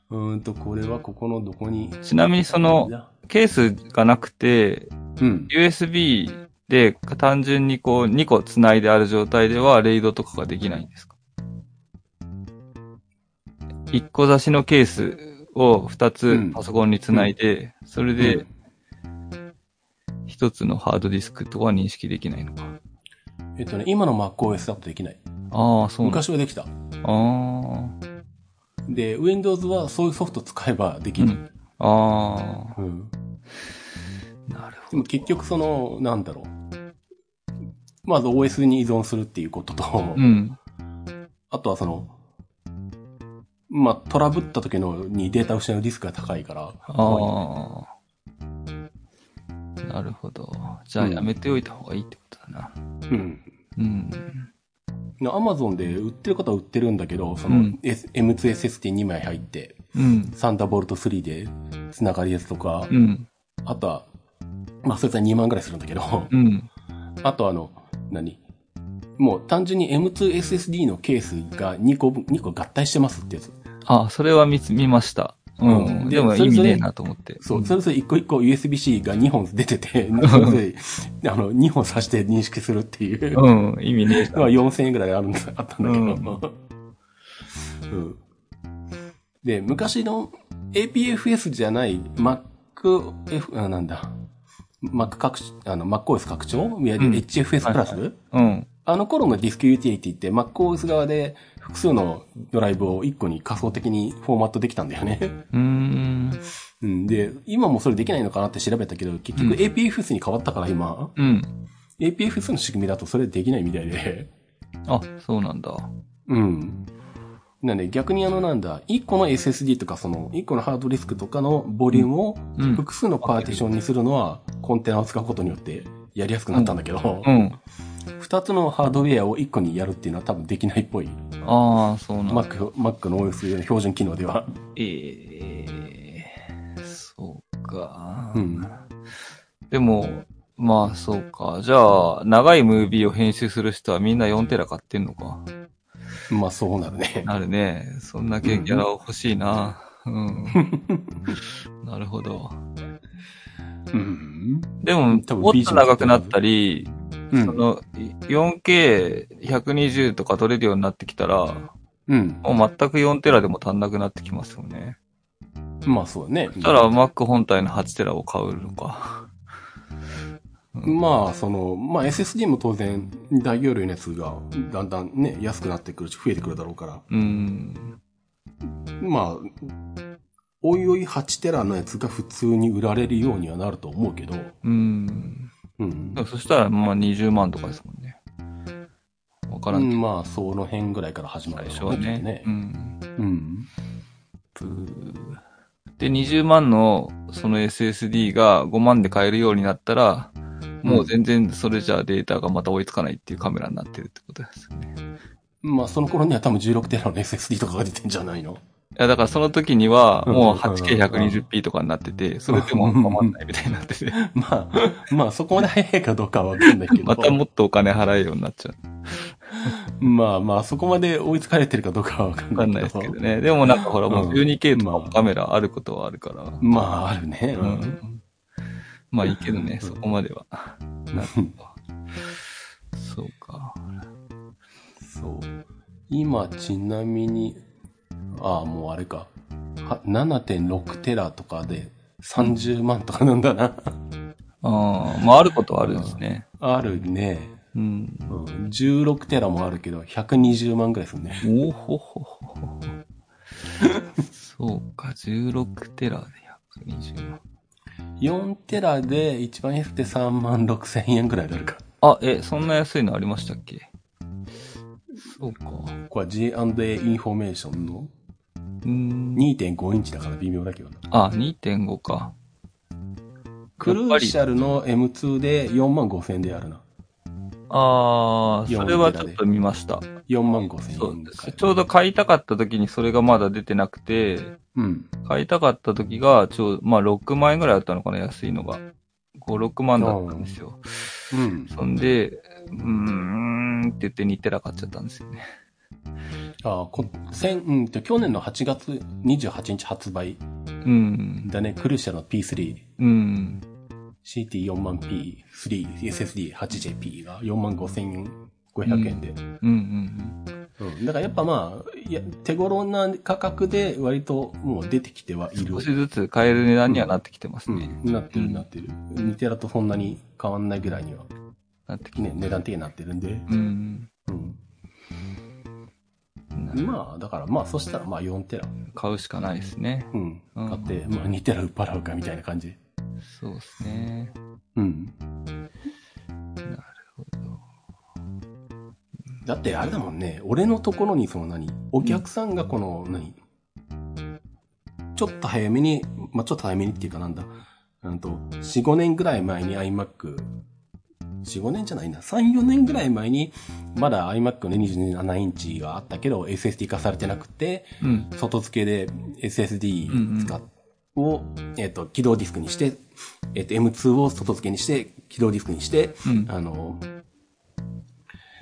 [SPEAKER 2] うーんと、これはここのどこに。
[SPEAKER 1] ちなみにその、ケースがなくて、
[SPEAKER 2] うん。
[SPEAKER 1] USB で単純にこう2個繋いである状態では、レイドとかができないんですか ?1 個差しのケースを2
[SPEAKER 2] うん
[SPEAKER 1] つパソコンに繋いで、それ
[SPEAKER 2] う
[SPEAKER 1] で
[SPEAKER 2] ん
[SPEAKER 1] 1つのハードディスクとは認識できないのか。
[SPEAKER 2] えっとね、今の MacOS だとできない。
[SPEAKER 1] ああ、そうなんだ。
[SPEAKER 2] 昔はできた。
[SPEAKER 1] ああ。
[SPEAKER 2] で、Windows はそういうソフト使えばでき
[SPEAKER 1] う
[SPEAKER 2] る。
[SPEAKER 1] あ
[SPEAKER 2] うん。
[SPEAKER 1] あ、なるほ
[SPEAKER 2] でも結局その、なんだろう。まず OS に依存するっていうことと、
[SPEAKER 1] ど。うん。
[SPEAKER 2] あとはその、まあ、トラブった時のにデータを失うリスクが高いから。
[SPEAKER 1] ああ。なるほど。じゃあ
[SPEAKER 2] うん
[SPEAKER 1] やめておいた方がいいってことだな。
[SPEAKER 2] うん。
[SPEAKER 1] うん。
[SPEAKER 2] アマゾンで売ってる方は売ってるんだけど、そうの
[SPEAKER 1] ん
[SPEAKER 2] S、M2SSD2 枚入って、
[SPEAKER 1] うん。
[SPEAKER 2] サンダーボルト3で繋がるやつとか、
[SPEAKER 1] うん。
[SPEAKER 2] あとは、まあ、それさ2万ぐらいするんだけど、
[SPEAKER 1] うん。
[SPEAKER 2] あとあの、何もう単純に M2SSD のケースが2個分、2個合体してますってやつ。
[SPEAKER 1] ああ、それは見つ、見ました。うん。
[SPEAKER 2] うん
[SPEAKER 1] でも
[SPEAKER 2] で
[SPEAKER 1] 意味
[SPEAKER 2] それ
[SPEAKER 1] ねえなと思って。
[SPEAKER 2] そう、
[SPEAKER 1] ん
[SPEAKER 2] それぞれ一個一個 USB-C が2本出てて、それぞれ、あの、2本挿して認識するっていうの
[SPEAKER 1] うん、意味ねえな。
[SPEAKER 2] が4000円ぐらいあるんだ、あったんだけど。うん。で、昔の APFS じゃない Mac、F、あ、なんだ。Mac 拡張、あの、MacOS 拡張いわゆる
[SPEAKER 1] うん
[SPEAKER 2] HFS プラス、
[SPEAKER 1] うん。
[SPEAKER 2] あの頃のディスクユーティリティって MacOS 側で複数のドライブを1個に仮想的にフォーマットできたんだよね。
[SPEAKER 1] うーん。
[SPEAKER 2] うん、で、今もそれできないのかなって調べたけど、結局
[SPEAKER 1] うん
[SPEAKER 2] APFS に変わったから今、
[SPEAKER 1] うん。
[SPEAKER 2] APFS の仕組みだとそれできないみたいで。
[SPEAKER 1] あ、そうなんだ。
[SPEAKER 2] うん。なんで逆にあのなんだ、1個の SSD とかその1個のハードディスクとかのボリュームを
[SPEAKER 1] うん
[SPEAKER 2] 複数のパーティションにするのはコンテナを使うことによってやりやすくなったんだけど、
[SPEAKER 1] うん。
[SPEAKER 2] 2つのハードウェアを1個にやるっていうのは多分できないっぽい。
[SPEAKER 1] ああ、そうなんだ。
[SPEAKER 2] Mac、Mac の OS の標準機能では。
[SPEAKER 1] ええそうか。
[SPEAKER 2] うん
[SPEAKER 1] でも、まあそうか。じゃあ、長いムービーを編集する人はみんな4テラ買ってんのか。
[SPEAKER 2] まあそうなるね。
[SPEAKER 1] なるね。そんなキャラ欲しいな。
[SPEAKER 2] *laughs*
[SPEAKER 1] うん。なるほど。
[SPEAKER 2] うん。
[SPEAKER 1] でも、
[SPEAKER 2] 多分
[SPEAKER 1] もっと長くなったり、
[SPEAKER 2] う
[SPEAKER 1] そ
[SPEAKER 2] ん。
[SPEAKER 1] の、4K120 とか撮れるようになってきたら、
[SPEAKER 2] うん。
[SPEAKER 1] もう全く4テラでも足んなくなってきますよね。
[SPEAKER 2] まあそうだね。
[SPEAKER 1] そしたら Mac 本体の8テラを買うのか。
[SPEAKER 2] まあ、その、まあ SSD も当然、大容量のやつが、だんだんね、安くなってくるし、増えてくるだろうから、
[SPEAKER 1] うん。
[SPEAKER 2] まあ、おいおい8テラのやつが普通に売られるようにはなると思うけど、
[SPEAKER 1] うん。
[SPEAKER 2] うん
[SPEAKER 1] で。もそしたら、まあ20万とかですもんね。わからんけ
[SPEAKER 2] うんまあ、その辺ぐらいから始
[SPEAKER 1] ど、
[SPEAKER 2] ま
[SPEAKER 1] 最
[SPEAKER 2] る
[SPEAKER 1] 初はね。う
[SPEAKER 2] きっ
[SPEAKER 1] ん。
[SPEAKER 2] とねうん。
[SPEAKER 1] ブーで、20万のその SSD が5万で買えるようになったら、もう全然それじゃあデータがまた追いつかないっていうカメラになってるってことですよね。
[SPEAKER 2] まあ、その頃には多分16テラの SSD とかが出てんじゃないの
[SPEAKER 1] いや、だからその時には、もう
[SPEAKER 2] うん
[SPEAKER 1] 8K120p とかになってて、それでも構わんないみたいになってて、
[SPEAKER 2] まあ、まあ、そこまで早いかどうかはわかんないけ
[SPEAKER 1] *laughs*
[SPEAKER 2] ど。
[SPEAKER 1] またもっとお金払えるようになっちゃ
[SPEAKER 2] まあまあ、そこまで追いつかれてるかどうかはわか
[SPEAKER 1] う。
[SPEAKER 2] ん
[SPEAKER 1] わか
[SPEAKER 2] ない
[SPEAKER 1] ん
[SPEAKER 2] け
[SPEAKER 1] な
[SPEAKER 2] ど。
[SPEAKER 1] いですけどね。でもなんかほら、もう 12K とか
[SPEAKER 2] ま
[SPEAKER 1] も
[SPEAKER 2] あ
[SPEAKER 1] カメラあることはあるから。
[SPEAKER 2] まあ、あるね。
[SPEAKER 1] う
[SPEAKER 2] うん
[SPEAKER 1] ん。まあいいけどね、
[SPEAKER 2] うん
[SPEAKER 1] そこまでは。なるほど。そうか。
[SPEAKER 2] そう。今、ちなみに、ああ、もうあれか。は7.6テラとかで30万とかなんだな。 *laughs*
[SPEAKER 1] ああ、まああることはあるんですね。
[SPEAKER 2] あるね。
[SPEAKER 1] うん。
[SPEAKER 2] うん16テラもあるけど、120万ぐらいするね。 *laughs*
[SPEAKER 1] おほほほほ。そうか、16テラで120万。
[SPEAKER 2] 4テラで一番安くて3万6千円ぐらいになるか。
[SPEAKER 1] あ、え、そんな安いのありましたっけそうか。
[SPEAKER 2] ここは G&A インフォメーションの
[SPEAKER 1] うん。
[SPEAKER 2] 2.5インチだから微妙だけどな。
[SPEAKER 1] あ、2.5か。
[SPEAKER 2] クルーシャルの M2 で4万5千円であるな。
[SPEAKER 1] ああ、
[SPEAKER 2] 4
[SPEAKER 1] それはちょっと見ました。
[SPEAKER 2] 4万5千円。
[SPEAKER 1] そうです。ちょうど買いたかった時にそれがまだ出てなくて、
[SPEAKER 2] うん。
[SPEAKER 1] 買いたかった時が、ちょう、まあ6万円ぐらいだったのかな、安いのが。5、6万だったんですよ。
[SPEAKER 2] うん。
[SPEAKER 1] そんで、うーんって言って2テラ買っちゃったんですよね。
[SPEAKER 2] ああ、こ、先、うんと、去年の8月28日発売
[SPEAKER 1] うん。
[SPEAKER 2] だね。クルーシャルの P3、
[SPEAKER 1] うん。
[SPEAKER 2] CT4 万 P、3、SSD8JP が4万5千500円で。
[SPEAKER 1] うんうん
[SPEAKER 2] うん。だからやっぱまあ、いや、手頃な価格で割ともう出てきては
[SPEAKER 1] う
[SPEAKER 2] い
[SPEAKER 1] ん。
[SPEAKER 2] る
[SPEAKER 1] 少。しずつ買える値段にはなってきてます
[SPEAKER 2] う
[SPEAKER 1] ね。
[SPEAKER 2] ん。なってるなってる。2テラとそんなに変わんないぐらいには、
[SPEAKER 1] なってきて。
[SPEAKER 2] ね、値段的になってるんで。
[SPEAKER 1] うん。
[SPEAKER 2] うん。
[SPEAKER 1] な
[SPEAKER 2] まあ、だからまあ、そしたらまあ4テラ。
[SPEAKER 1] 買うしかないですね。
[SPEAKER 2] うん。
[SPEAKER 1] うん
[SPEAKER 2] 買って、まあ2テラ売っ払うかみたいな感じ。
[SPEAKER 1] そうですね。
[SPEAKER 2] うん。
[SPEAKER 1] なるほど。
[SPEAKER 2] だってあれだもんね、俺のところにその何、お客さんがこの何、ちょっと早めに、まあ、ちょっと早めにっていうかなんだ、うんと、4、5年ぐらい前に iMac、4、5年じゃないな、3、4年ぐらい前に、まだ iMac の27インチがあったけど、SSD 化されてなくて、
[SPEAKER 1] うん。
[SPEAKER 2] 外付けで SSD 使っ、を、えっ、と、起動ディスクにして、えっ、と、M2 を外付けにして、起動ディスクにして、
[SPEAKER 1] うん。
[SPEAKER 2] あの、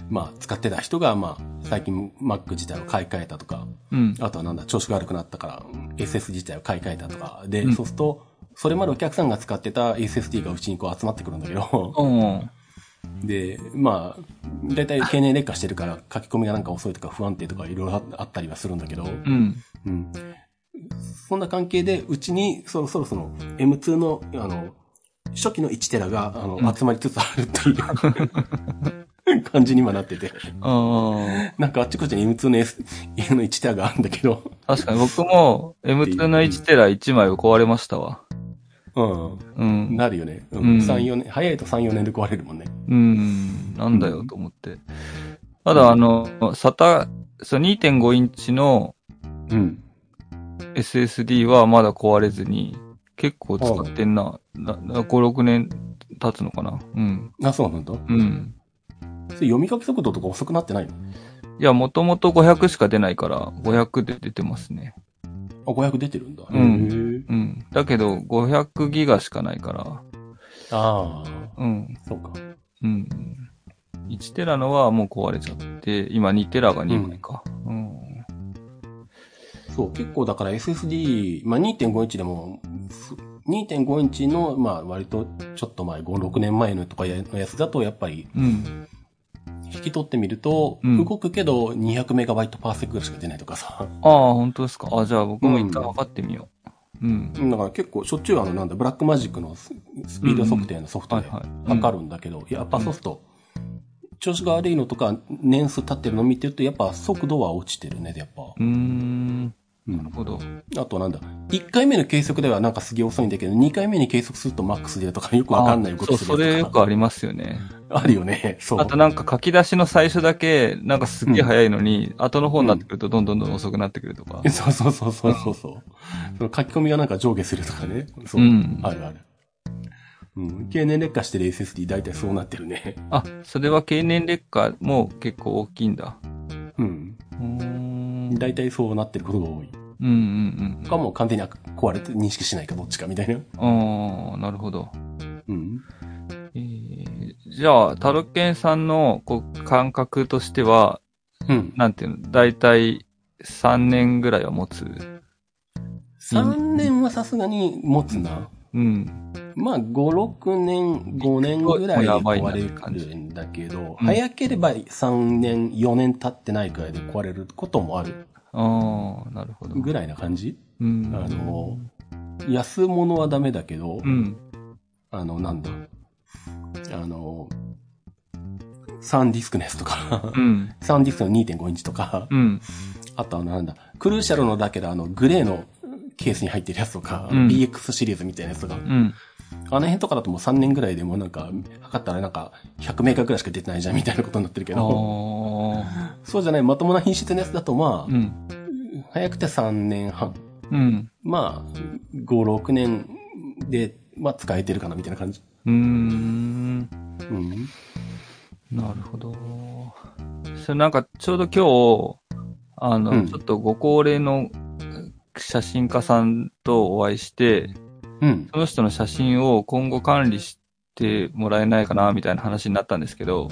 [SPEAKER 2] まあ、使ってた人が、まあ、最近 Mac 自体を買い替えたとか、
[SPEAKER 1] うん。
[SPEAKER 2] あとはなんだ、調子が悪くなったから、SS 自体を買い替えたとか、で、
[SPEAKER 1] うん
[SPEAKER 2] そうすると、それまでお客さんが使ってた SSD がうちにこう集まってくるんだけど、
[SPEAKER 1] うん。
[SPEAKER 2] で、まあ、だいたい経年劣化してるから、書き込みがなんか遅いとか不安定とかいろいろあったりはするんだけど、
[SPEAKER 1] うん。
[SPEAKER 2] うん。そんな関係で、うちにそろそろその M2 の、あの、初期の1テラが、あの、集まりつつあるっていう *laughs* 感じに今なってて。
[SPEAKER 1] あ
[SPEAKER 2] なんかあっちこっちに M2 の S、の1テラがあるんだけど。
[SPEAKER 1] あ。確かに僕も M2 の1テラ1枚を壊れましたわ。
[SPEAKER 2] う。
[SPEAKER 1] うんん。
[SPEAKER 2] なるよね。うん。
[SPEAKER 1] うん
[SPEAKER 2] 3、4年、早いと3、4年で壊れるもんね。
[SPEAKER 1] うん。なんだよと思って。ただあの、SATA、そう2.5インチの
[SPEAKER 2] うん。
[SPEAKER 1] SSD はまだ壊れずに、結構使ってんな。なな5、6年経つのかな。うん。
[SPEAKER 2] あ、そうなんだ。そ
[SPEAKER 1] うん。
[SPEAKER 2] れ読み書き速度とか遅くなってないの
[SPEAKER 1] いや、もともと500しか出ないから、500で出てますね。
[SPEAKER 2] あ、500出てるんだ。
[SPEAKER 1] うん
[SPEAKER 2] へえ。
[SPEAKER 1] うん。だけど、500ギガしかないから、
[SPEAKER 2] ああ、
[SPEAKER 1] うん。
[SPEAKER 2] そうか。
[SPEAKER 1] うん。1テラのはもう壊れちゃって、今2テラが2枚か。うん。
[SPEAKER 2] そう、結構だから SSD、まあ2.5インチでも、す2.5インチの、まあ割とちょっと前、5、6年前のとかやのやつだと、やっぱり
[SPEAKER 1] うん。
[SPEAKER 2] 引き取ってみると、
[SPEAKER 1] うん
[SPEAKER 2] 動くけど200メガバイトパーセックぐらいしか出ないとかさ。
[SPEAKER 1] ああ、本当ですか。あ、じゃあ僕も一旦
[SPEAKER 2] うん
[SPEAKER 1] 測ってみよう。うん。
[SPEAKER 2] だから結構しょっちゅうあの、なんだ、ブラックマジックのススピード測定のソフトで
[SPEAKER 1] うんはいはい
[SPEAKER 2] 測るんだけど、やっぱそうすると、調子が悪いのとか、年数経ってるの見てると、やっぱ速度は落ちてるね、やっぱ。
[SPEAKER 1] うーん。
[SPEAKER 2] うん
[SPEAKER 1] なるほど。
[SPEAKER 2] あとなんだ、1回目の計測ではなんかすげえ遅いんだけど、2回目に計測するとマックスでとかよくわかんない
[SPEAKER 1] あ
[SPEAKER 2] こ
[SPEAKER 1] そう、
[SPEAKER 2] とす
[SPEAKER 1] そ
[SPEAKER 2] る
[SPEAKER 1] れ
[SPEAKER 2] やつ
[SPEAKER 1] よ
[SPEAKER 2] と
[SPEAKER 1] く
[SPEAKER 2] か。
[SPEAKER 1] ありますよね。
[SPEAKER 2] あるよね。そう。
[SPEAKER 1] あとなんか書き出しの最初だけ、なんかすっげえ早いのに、後の方になってくるとどんどんどんどん遅くなってくるとか。
[SPEAKER 2] *laughs* そうそうそうそうそうそう。その書き込みがなんか上下するとかね。そう。
[SPEAKER 1] うん
[SPEAKER 2] あるある。うん。経年劣化してる SSD 大体そうなってるね。
[SPEAKER 1] あ、それは経年劣化も結構大きいんだ。
[SPEAKER 2] うん。
[SPEAKER 1] うーん。うん
[SPEAKER 2] 大体そうなってることが多い。
[SPEAKER 1] うんうん。
[SPEAKER 2] かもう完全に壊れて認識しないかどっちかみたいな。
[SPEAKER 1] ああ、なるほど。
[SPEAKER 2] うん。
[SPEAKER 1] えーじゃあ、タロケンさんのこう感覚としては、
[SPEAKER 2] うん。
[SPEAKER 1] なんていうの、だいたい3年ぐらいは持つ。
[SPEAKER 2] 3年はさすがに持つな。
[SPEAKER 1] うん。
[SPEAKER 2] まあ、5、6年、5年ぐらいで壊れるんだけど、
[SPEAKER 1] うん
[SPEAKER 2] 早ければ3年、4年経ってないくらいで壊れることもある
[SPEAKER 1] ああ、なるほど。
[SPEAKER 2] ぐらいな感じ、
[SPEAKER 1] うん。
[SPEAKER 2] あの、安物はダメだけど、
[SPEAKER 1] うん。
[SPEAKER 2] あの、なんだ、あの、サンディスクネスとか
[SPEAKER 1] う、ん。
[SPEAKER 2] サンディスクの2.5インチとか、
[SPEAKER 1] うん。
[SPEAKER 2] あとはなんだ、クルーシャルのだけど、あの、グレーのケースに入ってるやつとか、
[SPEAKER 1] うん
[SPEAKER 2] BX シリーズみたいなやつとか、
[SPEAKER 1] うん。
[SPEAKER 2] あの辺とかだともう3年ぐらいでもうなんか、測ったらなんか、100メーカーぐらいしか出てないじゃんみたいなことになってるけど、
[SPEAKER 1] あ
[SPEAKER 2] そうじゃないまともな品質のやつだとま
[SPEAKER 1] あ。う
[SPEAKER 2] あ、
[SPEAKER 1] ん。
[SPEAKER 2] 早くて3年半、
[SPEAKER 1] うん。
[SPEAKER 2] まあ、5、6年で、まあ使えてるかなみたいな感じ。
[SPEAKER 1] うーん。
[SPEAKER 2] うん。
[SPEAKER 1] なるほど。それなんか、ちょうど今日、あの、
[SPEAKER 2] うん
[SPEAKER 1] ちょっとご高齢の写真家さんとお会いして、
[SPEAKER 2] うん。
[SPEAKER 1] その人の写真を今後管理してもらえないかな、みたいな話になったんですけど、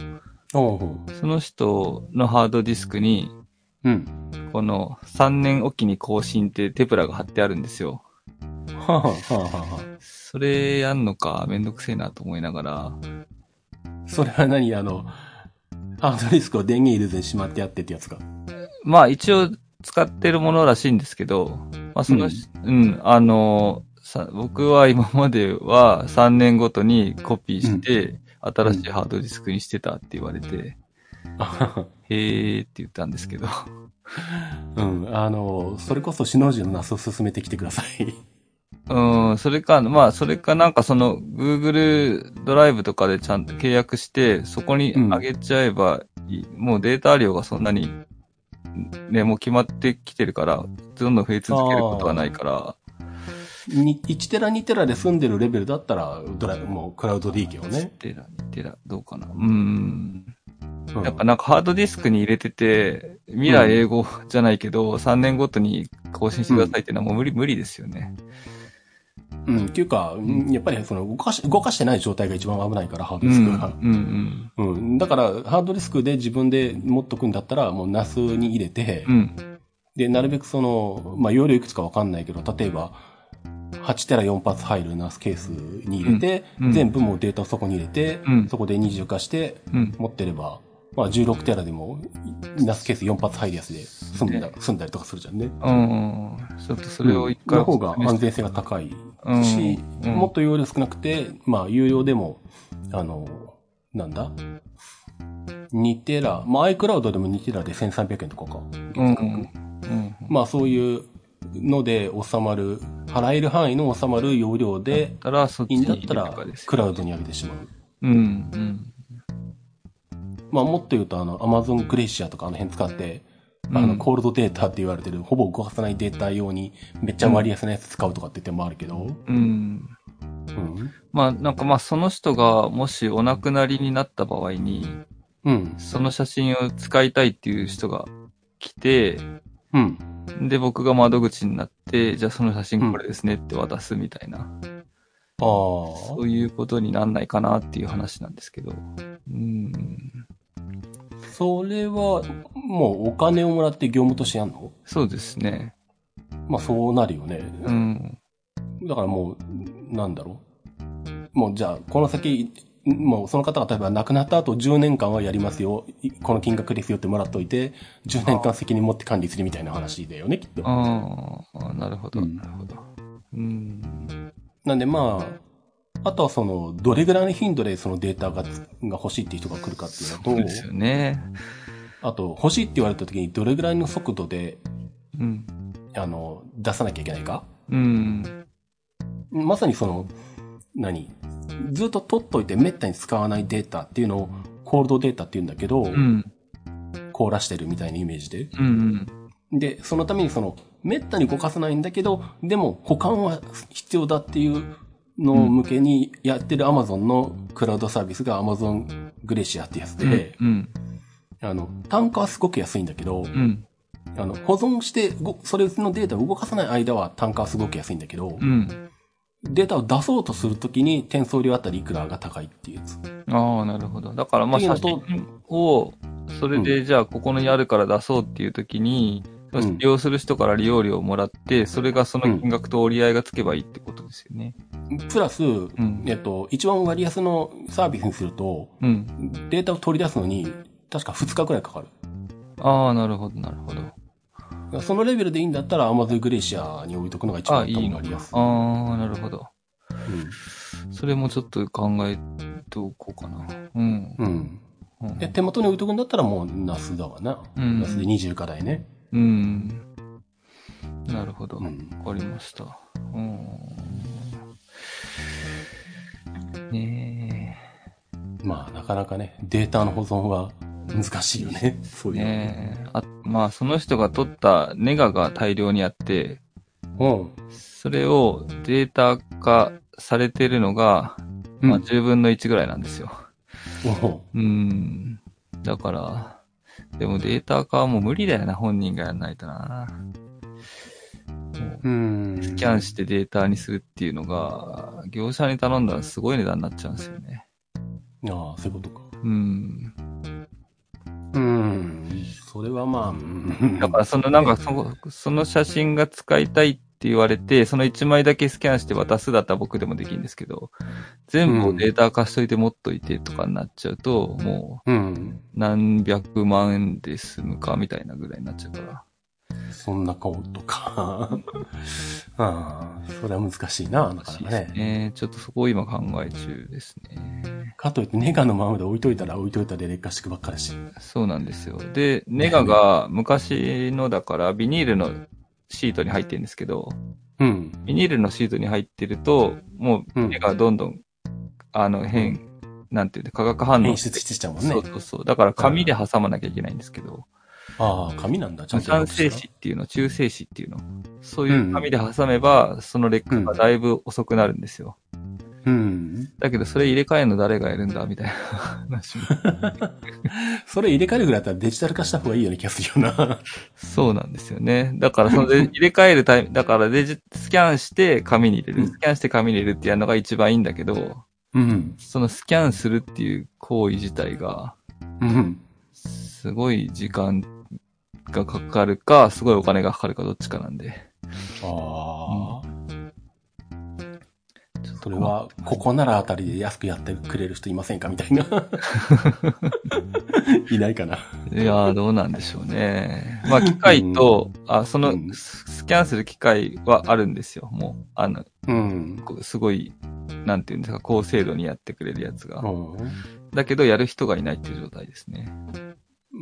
[SPEAKER 2] おう
[SPEAKER 1] その人のハードディスクに、
[SPEAKER 2] うん。
[SPEAKER 1] この3年おきに更新ってテプラが貼ってあるんですよ。
[SPEAKER 2] はあ、はあはあは
[SPEAKER 1] それやんのか、めんどくせえなと思いながら、
[SPEAKER 2] あ、それは何あの、ハードディスクを電源入れずにしまってやってってやつか。
[SPEAKER 1] まあ一応使ってるものらしいんですけど、まあその、うん、あの、さ僕は今までは3年ごとにコピーして、新しいハードディスクにしてたって言われて、へーって言ったんですけど。
[SPEAKER 2] うん。あの、それこそシノジーのナスを進めてきてください。
[SPEAKER 1] うん、それか、まあ、それかなんかその、Google ドライブとかでちゃんと契約して、そこに上げちゃえばいい、もうデータ量がそんなに、ね、もう決まってきてるから、どんどん増え続けることがないから、
[SPEAKER 2] に1テラ2テラで住んでるレベルだったら、ドライブ、もうクラウド DK をね。
[SPEAKER 1] テラ、テラ、どうかな。うん。
[SPEAKER 2] うん
[SPEAKER 1] やっぱなんかハードディスクに入れてて、未来英語じゃないけど、3年ごとに更新してくださいっていうのはもう無理、無理ですよね。
[SPEAKER 2] うん。っていうか、うんやっぱりその動かし、動かしてない状態が一番危ないから、ハード
[SPEAKER 1] う
[SPEAKER 2] ディ
[SPEAKER 1] ん、う
[SPEAKER 2] ス
[SPEAKER 1] ん、
[SPEAKER 2] クが。
[SPEAKER 1] うん。
[SPEAKER 2] うん。だから、ハードディスクで自分で持っとくんだったら、もうナスに入れて、
[SPEAKER 1] うん、
[SPEAKER 2] で、なるべくその、まあ、容量いくつかわかんないけど、例えば、8テラ4発入るナスケースに入れて、
[SPEAKER 1] うんうん
[SPEAKER 2] 全部もうデータをそこに入れて、
[SPEAKER 1] うん
[SPEAKER 2] そこで二重化して、
[SPEAKER 1] うん。
[SPEAKER 2] 持ってれば、まあ、16テラでも、ナスケース4発入るやつで済んだ、済んだりとかするじゃんね。
[SPEAKER 1] うん。ちょっとそれを一回、
[SPEAKER 2] の方が安全性が高いし、
[SPEAKER 1] うんうん
[SPEAKER 2] もっと容量少なくて、まあ、有料でも、あの、なんだ ?2 テラ、まあ、iCloud でも2テラで1300円とかか。
[SPEAKER 1] うんうん。
[SPEAKER 2] まあ、そういうので収まる、払える範囲の収まる容量で、
[SPEAKER 1] たら、そっち
[SPEAKER 2] いいん
[SPEAKER 1] に
[SPEAKER 2] だった
[SPEAKER 1] 入れる
[SPEAKER 2] ら
[SPEAKER 1] かです、
[SPEAKER 2] クラウドに上げてしまう。
[SPEAKER 1] うん、うん。
[SPEAKER 2] まあ、もっと言うと、あの、Amazon グレシアとかあの辺使って、あ
[SPEAKER 1] う
[SPEAKER 2] の、
[SPEAKER 1] ん
[SPEAKER 2] コールドデータって言われてる、ほぼ動かさないデータ用に、めっちゃ割安なやつ使うとかって手もあるけど、
[SPEAKER 1] うん。
[SPEAKER 2] うん。
[SPEAKER 1] まあ、なんかまあ、その人がもしお亡くなりになった場合に、
[SPEAKER 2] うん。
[SPEAKER 1] その写真を使いたいっていう人が来て、
[SPEAKER 2] うん。
[SPEAKER 1] で、僕が窓口になって、じゃあその写
[SPEAKER 2] う
[SPEAKER 1] 真
[SPEAKER 2] ん
[SPEAKER 1] これですねって渡すみたいな。
[SPEAKER 2] ああ
[SPEAKER 1] そういうことになんないかなっていう話なんですけど。うん。
[SPEAKER 2] それは、もうお金をもらって業務としてやんの
[SPEAKER 1] そうですね。
[SPEAKER 2] まあそうなるよね。
[SPEAKER 1] うん。
[SPEAKER 2] だからもう、なんだろう。もうじゃあ、この先、もうその方が例えば亡くなった後10年間はやりますよ。いこの金額ですよってもらっといて、10年間責任持って管理するみたいな話だよね、きっと。
[SPEAKER 1] ああ、なるほど、
[SPEAKER 2] うん
[SPEAKER 1] なるほど。うん。
[SPEAKER 2] なんでまあ、あとはその、どれぐらいの頻度でそのデータがつが欲しいっていう人が来るかっていう
[SPEAKER 1] そう
[SPEAKER 2] の
[SPEAKER 1] です
[SPEAKER 2] と、
[SPEAKER 1] よね。
[SPEAKER 2] あと欲しいって言われた時にどれぐらいの速度で、
[SPEAKER 1] うん。
[SPEAKER 2] あの、出さなきゃいけないか
[SPEAKER 1] うん。
[SPEAKER 2] まさにその、何ずっと取っといて滅多に使わないデータっていうのを、コールドデータって言うんだけど、
[SPEAKER 1] うん。
[SPEAKER 2] 凍らしてるみたいなイメージで。
[SPEAKER 1] うん。
[SPEAKER 2] で、そのためにその、滅多に動かさないんだけど、でも保管は必要だっていうのを向けにやってる Amazon のクラウドサービスが Amazon グレシアってやつで、
[SPEAKER 1] うん。
[SPEAKER 2] あの、単価はすごく安いんだけど、
[SPEAKER 1] うん。
[SPEAKER 2] あの、保存してご、それのデータを動かさない間は単価はすごく安いんだけど
[SPEAKER 1] う、ん。
[SPEAKER 2] データを出そうとするときに転送料あたりいくらが高いっていうやつ。
[SPEAKER 1] ああ、なるほど。だから、まあ、
[SPEAKER 2] っていう
[SPEAKER 1] 写
[SPEAKER 2] のと
[SPEAKER 1] 真を、それで、じゃあ、ここにあるから出そうっていう時に、
[SPEAKER 2] うん
[SPEAKER 1] 利用する人から利用料をもらって、それがその金額と折り合いがつけばいいってことですよね。
[SPEAKER 2] プラス、
[SPEAKER 1] ん
[SPEAKER 2] えっと、一番割安のサービスにすると、
[SPEAKER 1] うん。
[SPEAKER 2] データを取り出すのに、確か2日くらいかかる。
[SPEAKER 1] ああ、なるほど、なるほど。
[SPEAKER 2] そのレベルでいいんだったら Amazon グレシアに置いとくのが一
[SPEAKER 1] あ
[SPEAKER 2] 番
[SPEAKER 1] あ、い
[SPEAKER 2] 多
[SPEAKER 1] い
[SPEAKER 2] 分
[SPEAKER 1] の
[SPEAKER 2] 割安。
[SPEAKER 1] か。ああ、なるほど。それもちょっと考えておこうかな。うん。
[SPEAKER 2] うん。うん。
[SPEAKER 1] うん
[SPEAKER 2] で、手元に置いとくんだったらもうナスだわな。
[SPEAKER 1] うん
[SPEAKER 2] ナスで20課題ね。
[SPEAKER 1] うん。なるほど。わ
[SPEAKER 2] う
[SPEAKER 1] か
[SPEAKER 2] ん。
[SPEAKER 1] りました。うん。ね
[SPEAKER 2] まあ、なかなかね、データの保存は難しいよね。そう
[SPEAKER 1] え。
[SPEAKER 2] いうの。
[SPEAKER 1] ねえ。あ、まあ、その人が取ったネガが大量にあって、
[SPEAKER 2] うん。
[SPEAKER 1] それをデータ化されてるのが、まあ、10分の1ぐらいなんですよ。
[SPEAKER 2] う
[SPEAKER 1] う
[SPEAKER 2] ん
[SPEAKER 1] ん。だから、でもデータ化はもう無理だよな、本人がやらないとな。
[SPEAKER 2] うん。
[SPEAKER 1] スキャンしてデータにするっていうのが、業者に頼んだらすごい値段になっちゃうんですよね。
[SPEAKER 2] ああ、そういうことか。
[SPEAKER 1] うん。
[SPEAKER 2] うん。それはまあ、うん
[SPEAKER 1] だからそのなんかそ、その写真が使いたいって言われて、その1枚だけスキャンして渡すだったら僕でもできるんですけど、全部をデータ化しといて持っといてとかになっちゃうと、も
[SPEAKER 2] うん。
[SPEAKER 1] う何百万円で済むかみたいなぐらいになっちゃうから。
[SPEAKER 2] そんなことか。 *laughs* ああ、それは難しいな、なかなかね。
[SPEAKER 1] ねちょっとそこを今考え中ですね。
[SPEAKER 2] かといってネガのままで置いといたら置いといたで劣化してくばっかりし。
[SPEAKER 1] そうなんですよ。で、ネガが昔のだからビニールのシートに入ってるんですけど、
[SPEAKER 2] うん。
[SPEAKER 1] ビニールのシートに入ってると、も
[SPEAKER 2] う
[SPEAKER 1] うんネガどんどん、あの変、なんていうんだ、化学反応
[SPEAKER 2] 演。出してちゃうもんね
[SPEAKER 1] そう。そうそう。だから紙で挟まなきゃいけないんですけど、
[SPEAKER 2] ああ、紙なんだ、ちゃんと。
[SPEAKER 1] 酸性紙っていうの、中性紙っていうの。そういう紙で挟めば、その劣化がだいぶ遅くなるんですよ。
[SPEAKER 2] うん。
[SPEAKER 1] だけど、それ入れ替えるの誰がやるんだみたいな *laughs* 話も。
[SPEAKER 2] それ入れ替えるぐらいだったらデジタル化した方がいいような気がするよな。 *laughs*
[SPEAKER 1] そうなんですよね。だから、そので入れ替えるタイミング、だからデジ、スキャンして紙に入れ
[SPEAKER 2] う
[SPEAKER 1] る、
[SPEAKER 2] ん
[SPEAKER 1] スキャンして紙に入れるってやるのが一番いいんだけど、
[SPEAKER 2] うん。
[SPEAKER 1] そのスキャンするっていう行為自体が、
[SPEAKER 2] うん。
[SPEAKER 1] すごい時間がかかるか、すごいお金がかかるかどっちかなんで。
[SPEAKER 2] ああ。
[SPEAKER 1] ちょっ
[SPEAKER 2] それは、ここならあたりで安くやってくれる人いませんかみたいな。いないかな。
[SPEAKER 1] いや
[SPEAKER 2] *laughs*
[SPEAKER 1] ー、どうなんでしょうね。まあ、機械と、あ、その、
[SPEAKER 2] うん
[SPEAKER 1] ススキャンする機械はあるんですよ。もう、あの、
[SPEAKER 2] うん。
[SPEAKER 1] こうすごい、なんていうんですか、高精度にやってくれるやつが。
[SPEAKER 2] う
[SPEAKER 1] だけど、やる人がいないっていう状態ですね。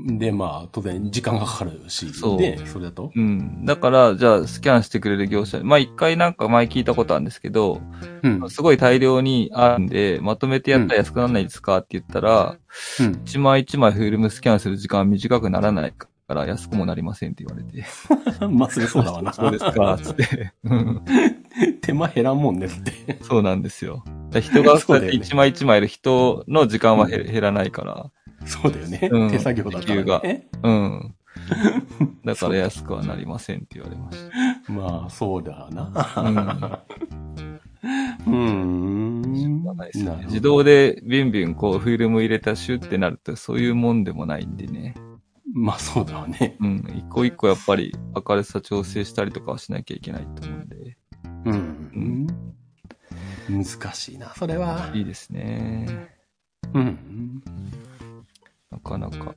[SPEAKER 2] ん。で、まあ、当然、時間がかかるし。
[SPEAKER 1] そう
[SPEAKER 2] で、それだと
[SPEAKER 1] うん。だから、じゃあ、スキャンしてくれる業者、まあ、一回なんか前聞いたことあるんですけど、
[SPEAKER 2] うん。
[SPEAKER 1] すごい大量にあるんで、まとめてやったら安くならないですかって言ったら、
[SPEAKER 2] うん。
[SPEAKER 1] 一枚一枚フィルムスキャンする時間は短くならないから安くもなりませんって言われて。 *laughs*
[SPEAKER 2] まあ、それそうだわな。
[SPEAKER 1] そうですか、つって。うん
[SPEAKER 2] *laughs* 手間減らんもんねって。
[SPEAKER 1] そうなんです
[SPEAKER 2] *laughs*
[SPEAKER 1] よ。だから人が
[SPEAKER 2] そ
[SPEAKER 1] そうう
[SPEAKER 2] だ
[SPEAKER 1] や
[SPEAKER 2] よ
[SPEAKER 1] っ
[SPEAKER 2] ね
[SPEAKER 1] て一枚一枚いる人の時間は減減らないから。
[SPEAKER 2] そうだよね。
[SPEAKER 1] うん
[SPEAKER 2] 手作業だからね。 *laughs*
[SPEAKER 1] うん。だから安くはなりませんって言われまし *laughs*
[SPEAKER 2] まあ、そうだな。
[SPEAKER 1] た。うん
[SPEAKER 2] うん。
[SPEAKER 1] ないですよ
[SPEAKER 2] な
[SPEAKER 1] ね。
[SPEAKER 2] るほど
[SPEAKER 1] 自動でビュンビュンこうフィルム入れたシュってなるとそういうもんでもないんでね。
[SPEAKER 2] まあそうだわね。
[SPEAKER 1] うん。一個一個やっぱり明るさ調整したりとかはしなきゃいけないと思うんで。
[SPEAKER 2] うん。難しいな、それは。
[SPEAKER 1] いいですね。
[SPEAKER 2] うん。
[SPEAKER 1] なかなか。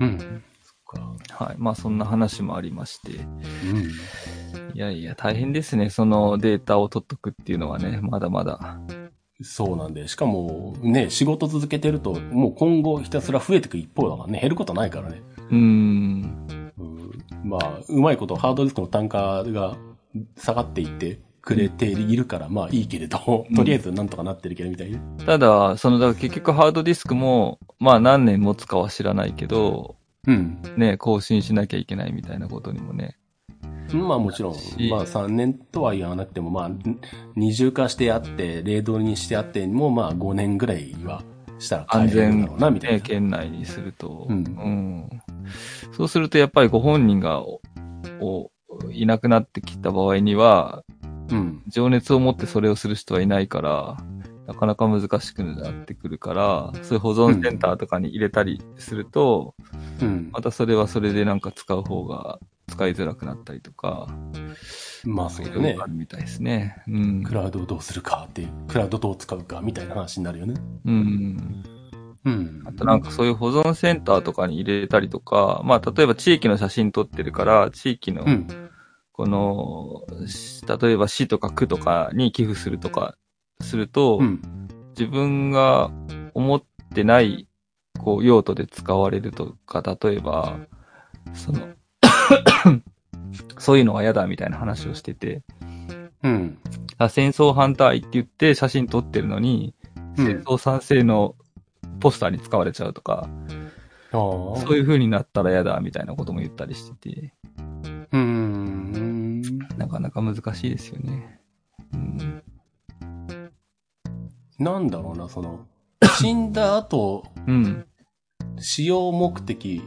[SPEAKER 2] うん。そっか。
[SPEAKER 1] はい。まあそんな話もありまして。
[SPEAKER 2] うん。
[SPEAKER 1] いやいや、大変ですね。そのデータを取っとくっていうのはね、まだまだ。
[SPEAKER 2] そうなんで、しかもね、仕事続けてると、もう今後ひたすら増えていく一方だからね、減ることないからね。
[SPEAKER 1] うーん。
[SPEAKER 2] うん、まあ、うまいことハードディスクの単価が下がっていってくれているから、まあいいけれど、
[SPEAKER 1] うん
[SPEAKER 2] とりあえずなんとかなってるけどみたいな。
[SPEAKER 1] ただ、その、だから結局ハードディスクも、まあ何年持つかは知らないけど、
[SPEAKER 2] うん。
[SPEAKER 1] ね、更新しなきゃいけないみたいなことにもね。
[SPEAKER 2] まあもちろん、まあ3年とは言わなくても、まあ二重化してあって、冷凍にしてあっても、まあ5年ぐらいはしたら
[SPEAKER 1] 安
[SPEAKER 2] 買えるん
[SPEAKER 1] 全
[SPEAKER 2] だろうな、みたい
[SPEAKER 1] ね、
[SPEAKER 2] な。
[SPEAKER 1] 圏内にすると。
[SPEAKER 2] うん
[SPEAKER 1] うんそうすると、やっぱりご本人が、おおいなくなってきた場合には、
[SPEAKER 2] うん。
[SPEAKER 1] 情熱を持ってそれをする人はいないから、なかなか難しくなってくるから、そういう保存センターとかに入れたりすると、
[SPEAKER 2] うん。
[SPEAKER 1] またそれはそれでなんか使う方が使いづらくなったりとか、
[SPEAKER 2] まあそう
[SPEAKER 1] い
[SPEAKER 2] だ
[SPEAKER 1] ろい
[SPEAKER 2] ね
[SPEAKER 1] ろあ。るみたいですね。うん
[SPEAKER 2] ク。ラウドをどうするかっていう、クラウドどう使うかみたいな話になるよね。
[SPEAKER 1] うん。
[SPEAKER 2] うん。
[SPEAKER 1] あとなんかそういう保存センターとかに入れたりとか、まあ例えば地域の写真撮ってるから、地域の
[SPEAKER 2] う、ん。
[SPEAKER 1] この、し例えば市とか区とかに寄付するとかすると、
[SPEAKER 2] うん。
[SPEAKER 1] 自分が思ってない、こう用途で使われるとか、例えば、その、そういうのは嫌だみたいな話をしてて、
[SPEAKER 2] うん。
[SPEAKER 1] あ戦争反対って言って写真撮ってるのに、
[SPEAKER 2] うん
[SPEAKER 1] 戦争賛成のポスターに使われちゃうとか、
[SPEAKER 2] ああ。
[SPEAKER 1] そういう風になったら嫌だみたいなことも言ったりしてて、
[SPEAKER 2] うーん。
[SPEAKER 1] なかなか難しいですよね。うん。
[SPEAKER 2] なんだろうな、その、死んだ後、
[SPEAKER 1] うん。
[SPEAKER 2] 使用目的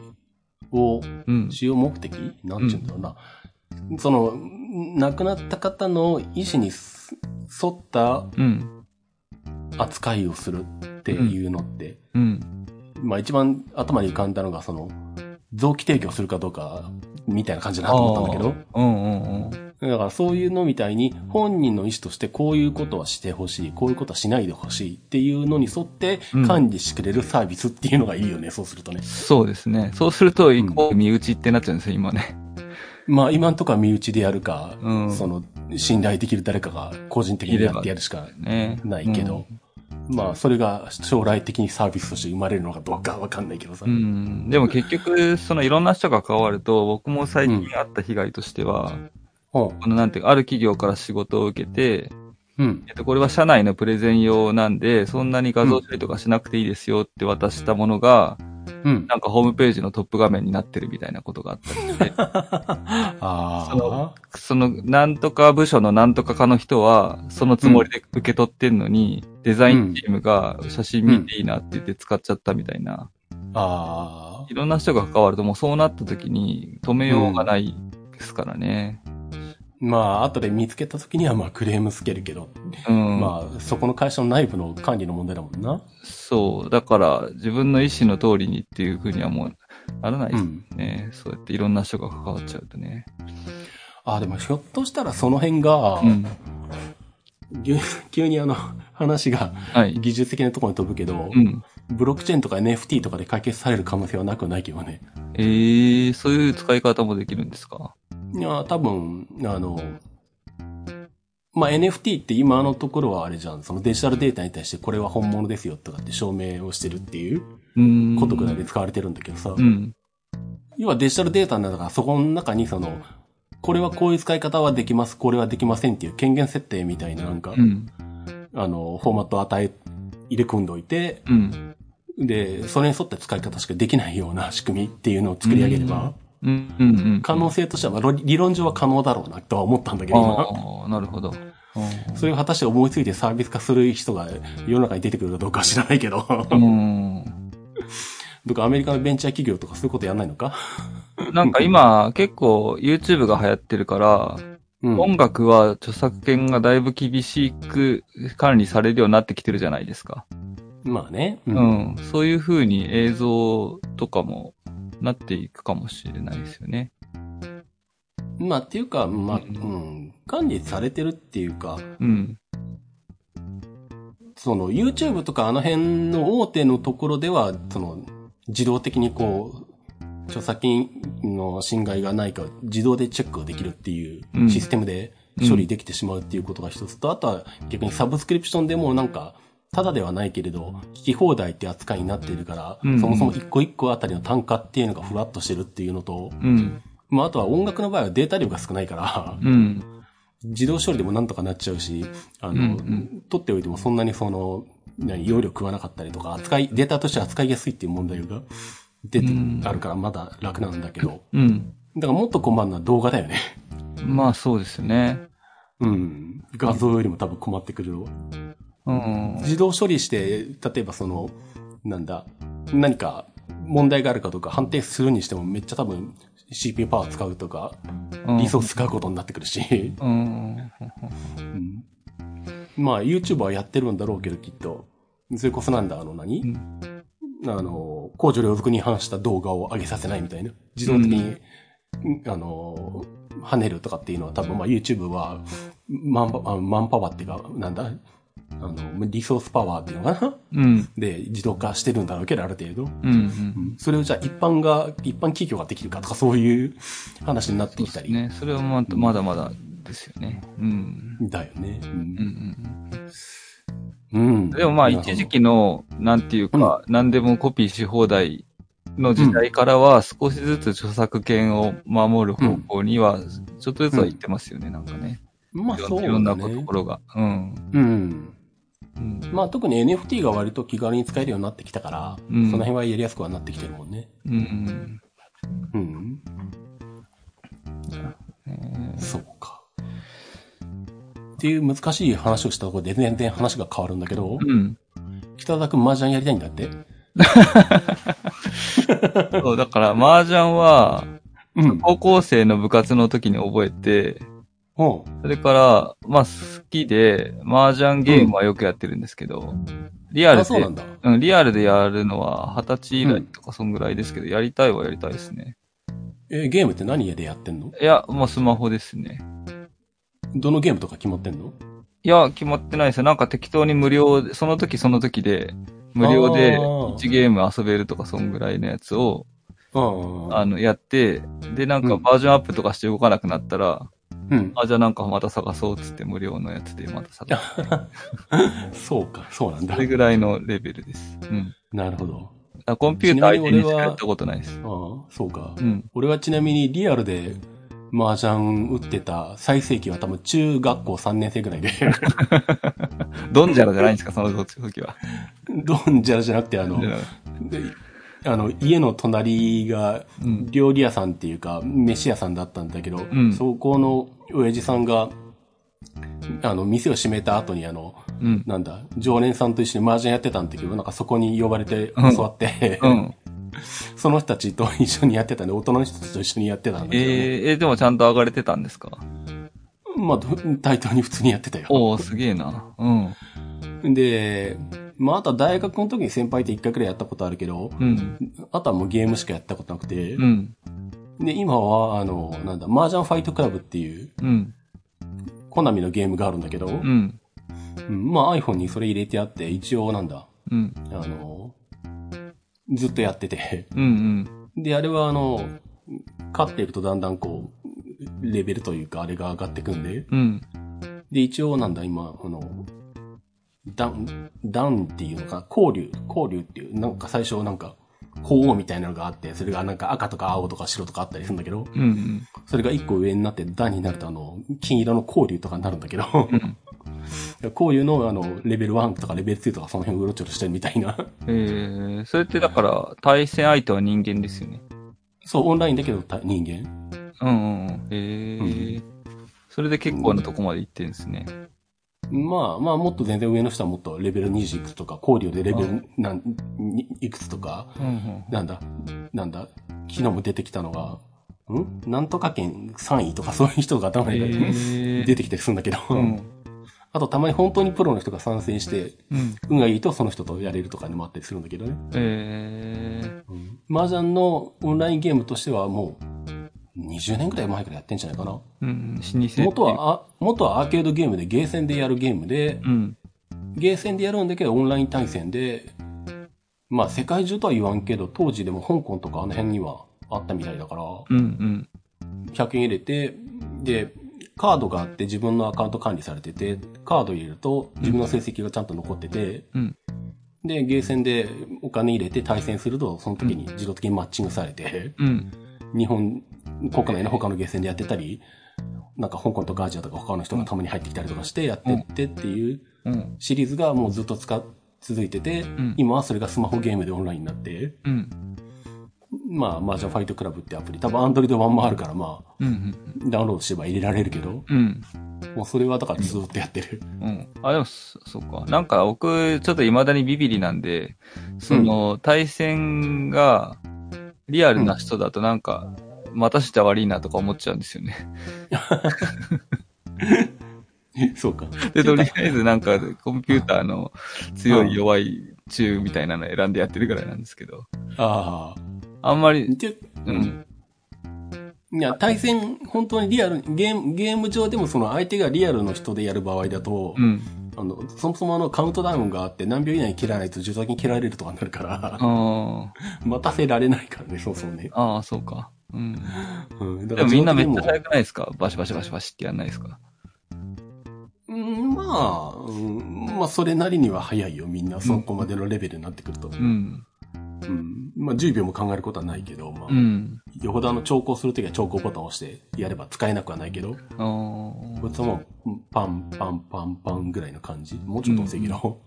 [SPEAKER 2] を、
[SPEAKER 1] うん。
[SPEAKER 2] 使用目的なんて言うんだろうな。その、亡くなった方の意思にす沿った
[SPEAKER 1] うん。
[SPEAKER 2] 扱いをするっていうのって、
[SPEAKER 1] うん。
[SPEAKER 2] まあ一番頭に浮かんだのが、その、臓器提供するかどうか、みたいな感じだなと思ったんだけど。
[SPEAKER 1] うんうんうん。
[SPEAKER 2] だからそういうのみたいに本人の意思としてこういうことはしてほしい、こういうことはしないでほしいっていうのに沿って
[SPEAKER 1] うん
[SPEAKER 2] 管理してくれるサービスっていうのがいいよね、そうするとね。
[SPEAKER 1] そうですね。そうすると、イコール身内ってなっちゃうんですよ、今ね。
[SPEAKER 2] まあ今んとこは身内でやるか、
[SPEAKER 1] うん
[SPEAKER 2] その信頼できる誰かが個人的にやってやるしか
[SPEAKER 1] ね。
[SPEAKER 2] ないけど、まあそれが将来的にサービスとして生まれるのかどうかわかんないけどさ。
[SPEAKER 1] うん。うん。でも結局、そのいろんな人が関わると、僕も最近あった被害としては、
[SPEAKER 2] うん。
[SPEAKER 1] このなんていうか、ある企業から仕事を受けて、
[SPEAKER 2] うん。
[SPEAKER 1] えっと、これは社内のプレゼン用なんで、そんなに画像処理とかしなくていいですよって渡したものが、
[SPEAKER 2] うん。
[SPEAKER 1] なんかホームページのトップ画面になってるみたいなことがあったりして、
[SPEAKER 2] ああ。
[SPEAKER 1] その、なんとか部署のなんとか課の人は、そのつもりで受け取ってんのに、デザインチームが写真見ていいなって言って使っちゃったみたいな、
[SPEAKER 2] ああ。
[SPEAKER 1] いろんな人が関わるともうそうなった時に止めようがないですからね。
[SPEAKER 2] まあ後で見つけた時にはまあクレームつけるけど
[SPEAKER 1] うん。
[SPEAKER 2] まあ、そこの会社の内部の管理の問題だもんな。
[SPEAKER 1] そう。だから、自分の意思の通りにっていうふうにはもう、ならないです
[SPEAKER 2] ん。
[SPEAKER 1] ね。そうやっていろんな人が関わっちゃうとね。
[SPEAKER 2] あ、でもひょっとしたらその辺が
[SPEAKER 1] う、ん。
[SPEAKER 2] ぎゅ急にあの、話が
[SPEAKER 1] はい。
[SPEAKER 2] 技術的なところに飛ぶけど
[SPEAKER 1] う、ん。
[SPEAKER 2] ブロックチェーンとか NFT とかで解決される可能性はなくはないけどね。
[SPEAKER 1] えー、そういう使い方もできるんですか
[SPEAKER 2] いや、多分、あの、まあ、NFT って今のところはあれじゃん、そのデジタルデータに対してこれは本物ですよとかって証明をしてるっていう
[SPEAKER 1] うん。
[SPEAKER 2] ことぐらいで使われてるんだけどさ、
[SPEAKER 1] うん。
[SPEAKER 2] 要はデジタルデータの中、そこの中にその、これはこういう使い方はできます、これはできませんっていう権限設定みたいななんか、
[SPEAKER 1] うん。
[SPEAKER 2] あの、フォーマットを与え、入れ込んでおいて、
[SPEAKER 1] うん。
[SPEAKER 2] で、それに沿って使い方しかできないような仕組みっていうのを作り上げれば、
[SPEAKER 1] うん。うん。うん。
[SPEAKER 2] 可能性としては、まあろ理論上は可能だろうなとは思ったんだけど、今
[SPEAKER 1] ああ、なるほど。
[SPEAKER 2] それを果たして思いついてサービス化する人が世の中に出てくるかどうかは知らないけど、 *laughs*
[SPEAKER 1] うん。
[SPEAKER 2] 僕アメリカのベンチャー企業とかそういうことやんないのか
[SPEAKER 1] なんか今、結構 YouTube が流行ってるから、
[SPEAKER 2] うん。
[SPEAKER 1] 音楽は著作権がだいぶ厳しく管理されるようになってきてるじゃないですか。
[SPEAKER 2] まあね。う
[SPEAKER 1] う。ん。そういう風に映像とかもなっていくかもしれないですよね。
[SPEAKER 2] まあっていうか、まあ、う
[SPEAKER 1] うん
[SPEAKER 2] ん。管理されてるっていうか、
[SPEAKER 1] うん。
[SPEAKER 2] その YouTube とかあの辺の大手のところでは、その自動的にこう、著作権の侵害がないか自動でチェックができるっていう
[SPEAKER 1] うん
[SPEAKER 2] システムで処理できてしまうっていうことが一つと、あとは逆にサブスクリプションでもなんか、ただではないけれど、聞き放題って扱いになっているから、
[SPEAKER 1] うん
[SPEAKER 2] そもそも一個一個あたりの単価っていうのがフラッとしてるっていうのと、
[SPEAKER 1] うん。
[SPEAKER 2] まああとは音楽の場合はデータ量が少ないから、
[SPEAKER 1] うん。
[SPEAKER 2] 自動処理でもなんとかなっちゃうし、あの、
[SPEAKER 1] うんうん
[SPEAKER 2] 取っておいてもそんなにその、何、容量食わなかったりとか、扱い、データとして扱いやすいっていう問題が出て、
[SPEAKER 1] うん
[SPEAKER 2] あるからまだ楽なんだけど、
[SPEAKER 1] うん。
[SPEAKER 2] だからもっと困るのは動画だよね。
[SPEAKER 1] まあそうですよね。
[SPEAKER 2] うん。画像よりも多分困ってくる。
[SPEAKER 1] うん。
[SPEAKER 2] 自動処理して、例えばその、なんだ、何か問題があるかとか判定するにしてもめっちゃ多分 CPU パワー使うとか、
[SPEAKER 1] うん
[SPEAKER 2] リソース使うことになってくるし、
[SPEAKER 1] うん。
[SPEAKER 2] うんまあ、YouTube はやってるんだろうけど、きっと。それこそなんだ、あの何、あの、公序良俗に反した動画を上げさせないみたいな。自動的に、あの、跳ねるとかっていうのは多分、まあ YouTube は、マンパあマンパワーっていうか、なんだ、あの、リソースパワーっていうのかな
[SPEAKER 1] うん。
[SPEAKER 2] で、自動化してるんだろうけど、ある程度。
[SPEAKER 1] うん。
[SPEAKER 2] それをじゃあ一般が、一般企業ができるかとか、そういう話になってきたり。
[SPEAKER 1] ね。それはまだまだまだですよね。うん。
[SPEAKER 2] だよね。
[SPEAKER 1] うんうん
[SPEAKER 2] うん。
[SPEAKER 1] でもまあ
[SPEAKER 2] なるほど
[SPEAKER 1] 一時期の、なんていうか、何でもコピーし放題の時代からは少しずつ著作権を守る方向には、ちょっとずつは行ってますよね、なんかね。
[SPEAKER 2] まあ
[SPEAKER 1] い
[SPEAKER 2] そうだ
[SPEAKER 1] ろん
[SPEAKER 2] ね。
[SPEAKER 1] いろんなところが。うん。
[SPEAKER 2] うん。
[SPEAKER 1] うん。
[SPEAKER 2] まあ特に NFT が割と気軽に使えるようになってきたから、
[SPEAKER 1] うん
[SPEAKER 2] その辺はやりやすくはなってきてるもんね。
[SPEAKER 1] うん。
[SPEAKER 2] うん。
[SPEAKER 1] ね
[SPEAKER 2] そうか。っていう難しい話をしたところで全然話が変わるんだけど、
[SPEAKER 1] うん。
[SPEAKER 2] 北田くん麻雀やりたいんだって。
[SPEAKER 1] そう、だから麻雀は、
[SPEAKER 2] うん。
[SPEAKER 1] 高校生の部活の時に覚えて、
[SPEAKER 2] お
[SPEAKER 1] それから、まあ好きで、麻雀ゲームはよくやってるんですけど、リアル
[SPEAKER 2] あ、そう
[SPEAKER 1] で
[SPEAKER 2] なん、だ。
[SPEAKER 1] うん、リアルでやるのは二十歳以来とかそんぐらいですけど、やりたいはやりたいですね。
[SPEAKER 2] えーゲームって何家でやってんの
[SPEAKER 1] いや、もうスマホですね。
[SPEAKER 2] どのゲームとか決まってんの
[SPEAKER 1] いや、決まってないですよ。なんか適当に無料で、その時その時で、無料で
[SPEAKER 2] あー
[SPEAKER 1] 1ゲーム遊べるとかそんぐらいのやつを、
[SPEAKER 2] あ
[SPEAKER 1] あ
[SPEAKER 2] あ。
[SPEAKER 1] の、やって、で、なんかバージョンアップとかして動かなくなったら、
[SPEAKER 2] うん。
[SPEAKER 1] あ、じゃあなんかまた探そうっつって無料のやつでまた探す。
[SPEAKER 2] *laughs* そうか、そうなんだ
[SPEAKER 1] そ。れぐらいのレベルです。うん。
[SPEAKER 2] なるほど。
[SPEAKER 1] だからコンピューター相手にしかやったことないです。
[SPEAKER 2] ああ、そうか
[SPEAKER 1] う。ん。
[SPEAKER 2] 俺はちなみにリアルで麻雀打ってた最盛期は多分中学校3年生ぐらいで、
[SPEAKER 1] ドンジャラじゃないんですか、その時は。
[SPEAKER 2] ドンジャラじゃなくてあ
[SPEAKER 1] ド
[SPEAKER 2] の
[SPEAKER 1] ンジ、ャラ
[SPEAKER 2] であの、家の隣が
[SPEAKER 1] うん
[SPEAKER 2] 料理屋さんっていうか、飯屋さんだったんだけど、
[SPEAKER 1] ん
[SPEAKER 2] そこの親父さんが、あの、店を閉めた後にあの、
[SPEAKER 1] うん。
[SPEAKER 2] なんだ、常連さんと一緒に麻雀やってたんだけど、なんかそこに呼ばれて
[SPEAKER 1] うん
[SPEAKER 2] 教わって、
[SPEAKER 1] うん。
[SPEAKER 2] *laughs* その人たちと一緒にやってたんで、大人の人たちと一緒にやってたんだ
[SPEAKER 1] え
[SPEAKER 2] けど、
[SPEAKER 1] ー、えーでもちゃんと上がれてたんですか
[SPEAKER 2] まあ、対等に普通にやってたよ。
[SPEAKER 1] おおすげえな。うん。
[SPEAKER 2] で、まあ、あとは大学の時に先輩と一回くらいやったことあるけど、
[SPEAKER 1] うん。
[SPEAKER 2] あとはもうゲームしかやったことなくて、
[SPEAKER 1] うん。
[SPEAKER 2] で、今は、あの、なんだ、麻雀ファイトクラブっていう、
[SPEAKER 1] うん。
[SPEAKER 2] コナミのゲームがあるんだけど、
[SPEAKER 1] うん。
[SPEAKER 2] うんまあ iPhone にそれ入れてあって、一応なんだ、
[SPEAKER 1] うん。
[SPEAKER 2] あの、ずっとやってて、
[SPEAKER 1] うん。
[SPEAKER 2] で、あれはあの、勝っていくとだんだんこう、レベルというか、あれが上がってくんで、
[SPEAKER 1] うん。
[SPEAKER 2] で、一応なんだ、今、この、ダン、ダンっていうのかな、交流、交流っていう、なんか最初なんか、鳳凰みたいなのがあって、それがなんか赤とか青とか白とかあったりするんだけど、
[SPEAKER 1] うん。
[SPEAKER 2] それが一個上になって、ダンになるとあの、金色の交流とかになるんだけど、 *laughs* 交流のあの、レベル1とかレベル2とかその辺をうろちょろしてるみたいな。 *laughs*
[SPEAKER 1] えー、それってだから、対戦相手は人間ですよね。
[SPEAKER 2] そう、オンラインだけどた人間。
[SPEAKER 1] うんうんうん。えー。それで結構なとこまで行ってんですね。
[SPEAKER 2] まあまあ、もっと全然上の人はもっとレベル20いくつとか、交流でレベルなん、いくつとか、
[SPEAKER 1] うん
[SPEAKER 2] なんだ、なんだ、昨日も出てきたのが、んなんとか県3位とかそういう人が頭に
[SPEAKER 1] へー
[SPEAKER 2] 出てきたりするんだけど、
[SPEAKER 1] うん。
[SPEAKER 2] あとたまに本当にプロの人が参戦して、
[SPEAKER 1] うん。
[SPEAKER 2] 運がいいとその人とやれるとかでもあったりするんだけどね。
[SPEAKER 1] えー、
[SPEAKER 2] 麻雀のオンラインゲームとしてはもう20年くらい前からやってんじゃないかな。
[SPEAKER 1] うん。老舗っていう
[SPEAKER 2] 元、は、あ元はアーケードゲームでゲーセンでやるゲームで、
[SPEAKER 1] うん。
[SPEAKER 2] ゲーセンでやるんだけどオンライン対戦で、まあ世界中とは言わんけど、当時でも香港とかあの辺にはあったみたいだから、
[SPEAKER 1] うん。うん。
[SPEAKER 2] 100円入れて、で、カードがあって自分のアカウント管理されてて、カード入れると自分の成績がちゃんと残ってて、
[SPEAKER 1] うん。
[SPEAKER 2] で、ゲーセンでお金入れて対戦すると、その時に自動的にマッチングされて、
[SPEAKER 1] うん。
[SPEAKER 2] 日本国内の他のゲーセンでやってたり、なんか香港とかアジアとか他の人がたまに入ってきたりとかしてやってってっていう
[SPEAKER 1] うん。
[SPEAKER 2] シリーズがもうずっと使っ続いてて、
[SPEAKER 1] ん
[SPEAKER 2] 今はそれがスマホゲームでオンラインになって、
[SPEAKER 1] うん。
[SPEAKER 2] まあ、マージャンファイトクラブってアプリ、多分アンドロイド版もあるから、まあ、
[SPEAKER 1] うん。
[SPEAKER 2] ダウンロードすれば入れられるけど、
[SPEAKER 1] うん。
[SPEAKER 2] もうそれはだからずっとやってる。 *laughs*
[SPEAKER 1] うん。あ、でも、そそっか。なんか、僕、ちょっと未だにビビりなんで、その、対戦が、リアルな人だとなんか、待たせたら悪いなとか思っちゃうんですよね。
[SPEAKER 2] そうか。
[SPEAKER 1] で、とりあえずなんか、コンピューターの強い弱い中みたいなの選んでやってるぐらいなんですけど、
[SPEAKER 2] ああ。
[SPEAKER 1] あんまり、
[SPEAKER 2] て
[SPEAKER 1] うん。
[SPEAKER 2] いや、対戦、本当にリアル、ゲーム、ゲーム上でもその相手がリアルの人でやる場合だと、
[SPEAKER 1] うん。
[SPEAKER 2] あの、そもそもあのカウントダウンがあって何秒以内に切らないと受動的に切られるとかになるから、
[SPEAKER 1] あー
[SPEAKER 2] 待たせられないからね、そうそうね。
[SPEAKER 1] あー、そうか。うん。
[SPEAKER 2] うん、だ
[SPEAKER 1] でもみんなめっちゃ
[SPEAKER 2] 自動的
[SPEAKER 1] 早くないですかバシバシバシバシってやんないですか
[SPEAKER 2] にもうん、まあ、うんまあそれなりには早いよ、みんな。そこまでのレベルになってくると。
[SPEAKER 1] うん。
[SPEAKER 2] うん、まあ10秒も考えることはないけど、まあ、
[SPEAKER 1] うん。
[SPEAKER 2] よほどあの調校するときは調校ボタンを押してやれば使えなくはないけど、
[SPEAKER 1] あー
[SPEAKER 2] こいつはもう、パンパンパンパンぐらいの感じ。もうちょっと遅いけど。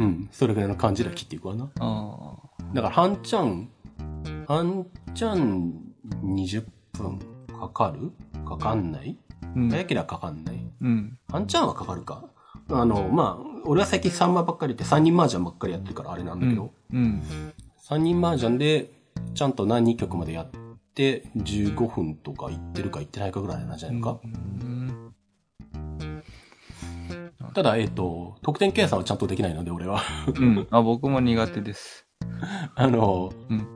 [SPEAKER 2] うん、それぐらいの感じで切っていくわな。
[SPEAKER 1] あ
[SPEAKER 2] だから、半チャン、半チャン20分かかるかかんな
[SPEAKER 1] ー。
[SPEAKER 2] い
[SPEAKER 1] うん
[SPEAKER 2] 早ければかかんない。
[SPEAKER 1] うん。
[SPEAKER 2] 半チャンはかかるか。あの、まあ、俺は最近3枚ばっかりって3人麻雀ばっかりやってるからあれなんだけど、
[SPEAKER 1] うん。
[SPEAKER 2] 3人麻雀で、ちゃんと何曲までやって、15分とかいってるかいってないかぐらいなんじゃないのか。
[SPEAKER 1] うん
[SPEAKER 2] ただ、えっ、と、得点計算はちゃんとできないので、俺は。 *laughs*
[SPEAKER 1] うん。あ、僕も苦手です。
[SPEAKER 2] あの、
[SPEAKER 1] うん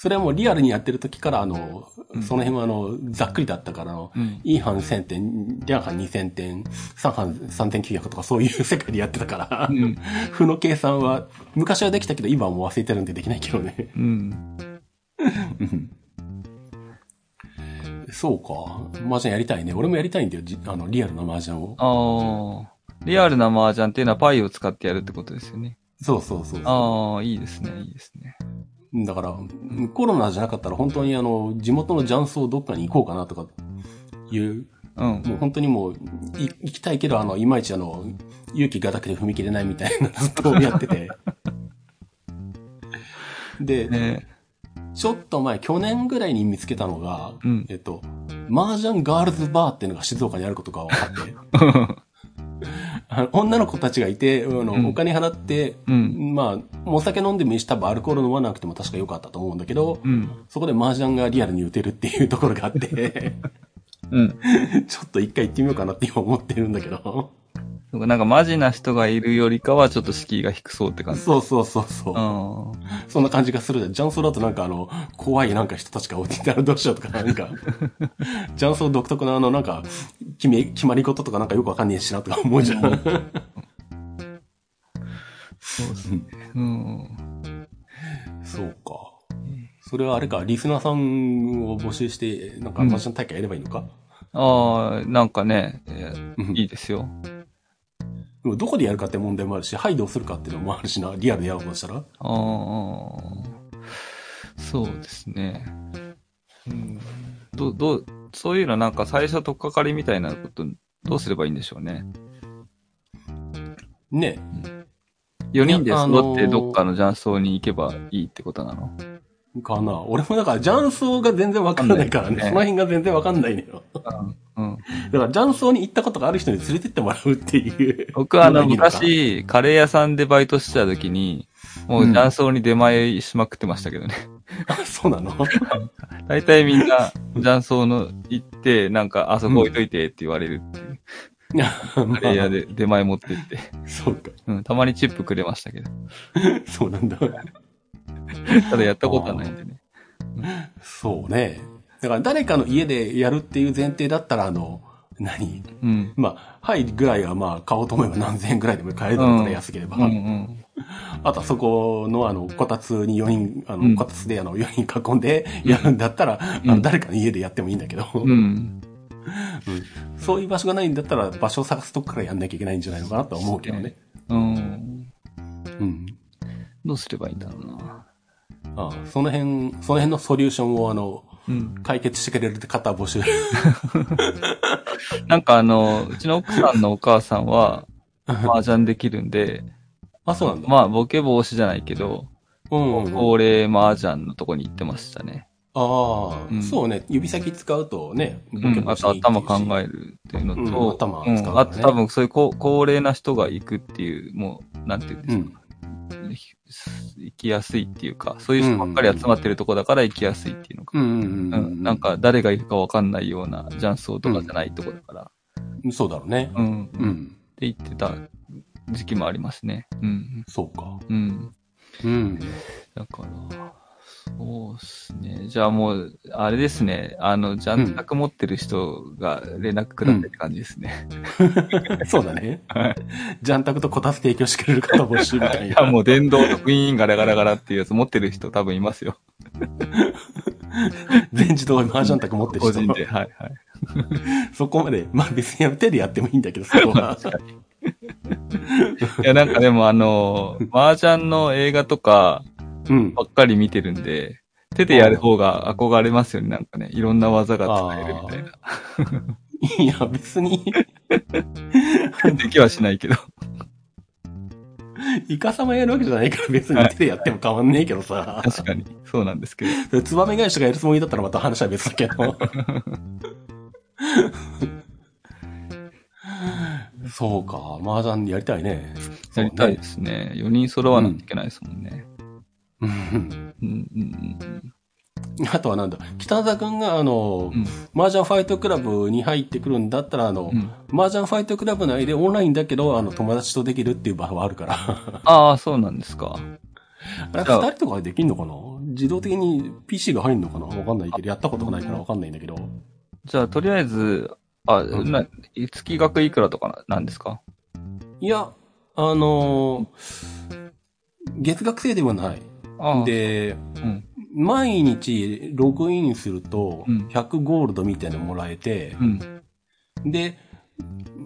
[SPEAKER 2] それはもうリアルにやってる時から、あの、
[SPEAKER 1] うん
[SPEAKER 2] その辺はあの、ざっくりだったから、あの、
[SPEAKER 1] うん。
[SPEAKER 2] いい班1000点、両班2000点、3班3900とかそういう世界でやってたから
[SPEAKER 1] う、ん。
[SPEAKER 2] *laughs* 負の計算は、昔はできたけど今はもう忘れてるんでできないけどね。
[SPEAKER 1] うん。
[SPEAKER 2] そうか。麻雀やりたいね。俺もやりたいんだよ、じあの、リアルな麻雀を。
[SPEAKER 1] ああ。リアルな麻雀っていうのはパイを使ってやるってことですよね。
[SPEAKER 2] そうそうそうそう。
[SPEAKER 1] ああ、いいですね、いいですね。
[SPEAKER 2] だから、コロナじゃなかったら本当にあの、地元の雀荘どっかに行こうかなとか、いう
[SPEAKER 1] うん。
[SPEAKER 2] もう本当にもう、い行きたいけど、あの、いまいちあの、勇気がたくて踏み切れないみたいな *laughs* ずっとやってて。で、
[SPEAKER 1] ね
[SPEAKER 2] ちょっと前、去年ぐらいに見つけたのが、
[SPEAKER 1] うん
[SPEAKER 2] えっと、麻雀ガールズバーっていうのが静岡にあることが分か
[SPEAKER 1] *laughs*
[SPEAKER 2] って、あの女の子たちがいて、あの、
[SPEAKER 1] うん
[SPEAKER 2] お金払って、
[SPEAKER 1] うん
[SPEAKER 2] まあ、お酒飲んでもいいし、多分アルコール飲まなくても確か良かったと思うんだけど、
[SPEAKER 1] *laughs* うん。
[SPEAKER 2] そこで麻雀がリアルに打てるっていうところがあって、 *laughs*
[SPEAKER 1] うん。
[SPEAKER 2] ちょっと一回行ってみようかなって今思ってるんだけど。
[SPEAKER 1] なんかマジな人がいるよりかはちょっと敷居が低そうって感じ。
[SPEAKER 2] そうそうそうそう。
[SPEAKER 1] ああ。
[SPEAKER 2] そんな感じがするじゃん。ジャンソーだとなんかあの、怖いなんか人たちが落ちてたらどうしようとか、なん *laughs* か、ジャンソー独特のあの、なんか、決め、決まり事とかなんかよくわかんねえしなとか思うじゃん。
[SPEAKER 1] そうですね。うん。
[SPEAKER 2] *laughs* そうか。それはあれか、リスナーさんを募集して、なんか、マジシャン大会やればいいのか、
[SPEAKER 1] ああ、なんかね、え
[SPEAKER 2] うん
[SPEAKER 1] いいですよ。
[SPEAKER 2] でもどこでやるかって問題もあるし、ハイどうするかっていうのもあるしな、リアルでやろうとしたら。
[SPEAKER 1] ああ、そうですね。うん、ど、どう、そういうのなんか最初とっかかりみたいなこと、どうすればいいんでしょうね。
[SPEAKER 2] ね
[SPEAKER 1] 4人で
[SPEAKER 2] いやあのー
[SPEAKER 1] 揃ってどっかの雀荘に行けばいいってことなの
[SPEAKER 2] かな。俺もだから、ジャンソーが全然わかんないからね。
[SPEAKER 1] わかんないね
[SPEAKER 2] その辺が全然わかんないのよ。
[SPEAKER 1] うん。
[SPEAKER 2] だから、ジャンソーに行ったことがある人に連れてってもらうっていう。
[SPEAKER 1] 僕はあの、
[SPEAKER 2] いいか、
[SPEAKER 1] 昔、カレー屋さんでバイトしてた時に、もう
[SPEAKER 2] うん
[SPEAKER 1] 雀荘に出前しまくってましたけどね。 *laughs*
[SPEAKER 2] *laughs* そうなの
[SPEAKER 1] 大体みんな、雀荘の行って、なんか、あそこ置いといてって言われるっていう。
[SPEAKER 2] ま
[SPEAKER 1] プレイヤーで出前持ってって。
[SPEAKER 2] そうか。 *laughs*
[SPEAKER 1] うん、たまにチップくれましたけど。
[SPEAKER 2] そうなんだ。
[SPEAKER 1] ただやったことはないんでね。
[SPEAKER 2] そうね。だから誰かの家でやるっていう前提だったら、あの、何
[SPEAKER 1] うん。
[SPEAKER 2] まあ、はいぐらいはまあ、買おうと思えば何千円ぐらいでも買えるだろうから安ければ。
[SPEAKER 1] うんうん。
[SPEAKER 2] あとはそこのあの、こたつに4人、あの、
[SPEAKER 1] うん
[SPEAKER 2] こたつであの、4人囲んでやるんだったら、
[SPEAKER 1] うん
[SPEAKER 2] あの誰かの家でやってもいいんだけど、
[SPEAKER 1] うん。
[SPEAKER 2] そういう場所がないんだったら場所を探すとこからやんなきゃいけないんじゃないのかなとは思うけどね。
[SPEAKER 1] うん。
[SPEAKER 2] うん。
[SPEAKER 1] どうすればいいんだろうな。
[SPEAKER 2] ああその辺、その辺のソリューションをあの、
[SPEAKER 1] うん。
[SPEAKER 2] 解決してくれる方募集。
[SPEAKER 1] なんかあの、うちの奥さんのお母さんは、麻雀できるんで、
[SPEAKER 2] あ、そうなん
[SPEAKER 1] *laughs*
[SPEAKER 2] だ。
[SPEAKER 1] まあ、ボケ防止じゃないけど、
[SPEAKER 2] うん、うん。
[SPEAKER 1] 恒例麻雀のとこに行ってましたね。
[SPEAKER 2] ああ、
[SPEAKER 1] うん
[SPEAKER 2] そうね。指先使うとね、
[SPEAKER 1] うん、あと頭考
[SPEAKER 2] え
[SPEAKER 1] えるっていうのと、
[SPEAKER 2] うん頭を使うからね
[SPEAKER 1] んあと多分そういう高高齢な人が行くっていう、もう、なんていうんで
[SPEAKER 2] う
[SPEAKER 1] す
[SPEAKER 2] ん。
[SPEAKER 1] か、行きやすいっていうか、そういう人ばっかり集まってるとこだから行きやすいっていうのか。
[SPEAKER 2] うんう
[SPEAKER 1] うん
[SPEAKER 2] んうん。
[SPEAKER 1] なん、か誰が行くかわかんないような雀荘とかじゃないとこだから、
[SPEAKER 2] そうだろうね。
[SPEAKER 1] うん、
[SPEAKER 2] う
[SPEAKER 1] って
[SPEAKER 2] ん。
[SPEAKER 1] 言ってた時期もありますね。うん、
[SPEAKER 2] そうか。
[SPEAKER 1] うん。
[SPEAKER 2] うん。
[SPEAKER 1] だから、そうっすね。じゃあもう、あれですね。あの、ジャンタク持ってる人が連絡くださいって感じですね。
[SPEAKER 2] *laughs* そうだね。
[SPEAKER 1] はい。
[SPEAKER 2] ジャンタクとこたつ提供してくれる方募集みたい
[SPEAKER 1] い
[SPEAKER 2] な。
[SPEAKER 1] や、もう電動のクイーンガラガラガラっていうやつ持ってる人多分いますよ。
[SPEAKER 2] 全自動マージャンタク持ってる人
[SPEAKER 1] 個人で。はい *laughs* はい。
[SPEAKER 2] そこまで、まあ別にあの手でやってもいいんだけど、そこは。
[SPEAKER 1] *laughs* いや、なんかでもあの、麻雀の映画とか
[SPEAKER 2] うん。
[SPEAKER 1] ばっかり見てるんで、手でやる方が憧れますよね、なんかね。いろんな技が使えるみたいな。
[SPEAKER 2] いや、別に、
[SPEAKER 1] できはしないけど。
[SPEAKER 2] イカ様やるわけじゃないから別に手でやっても変わんねえけどさ。
[SPEAKER 1] 確かに。そうなんですけど。
[SPEAKER 2] ツバメ返しがやるつもりだったらまた話は別だけ
[SPEAKER 1] *laughs*
[SPEAKER 2] ど。そうか、麻雀やりたいね。
[SPEAKER 1] やりたいですね。4人揃わないといけないですもんね。
[SPEAKER 2] う
[SPEAKER 1] う
[SPEAKER 2] ん。
[SPEAKER 1] ん、うん、うん。
[SPEAKER 2] あとはなんだ、北田くんがあの、
[SPEAKER 1] うん
[SPEAKER 2] 麻雀ファイトクラブに入ってくるんだったら、あの、
[SPEAKER 1] うん
[SPEAKER 2] 麻雀ファイトクラブ内でオンラインだけど、あの、友達とできるっていう場はあるから。
[SPEAKER 1] ああ、そうなんですか。
[SPEAKER 2] あれ、
[SPEAKER 1] じゃあ
[SPEAKER 2] 二人とかでできんのかな自動的に PC が入んのかなわかんないけど、やったことがないからわかんないんだけど。
[SPEAKER 1] じゃあ、とりあえず、あ、
[SPEAKER 2] ん
[SPEAKER 1] な、月額いくらとかななんですか
[SPEAKER 2] いや、あのー月額制ではない。
[SPEAKER 1] ああ、
[SPEAKER 2] で、
[SPEAKER 1] うん。
[SPEAKER 2] 毎日ログインすると、
[SPEAKER 1] うん
[SPEAKER 2] 100ゴールドみたいなのもらえて、
[SPEAKER 1] うん。
[SPEAKER 2] で、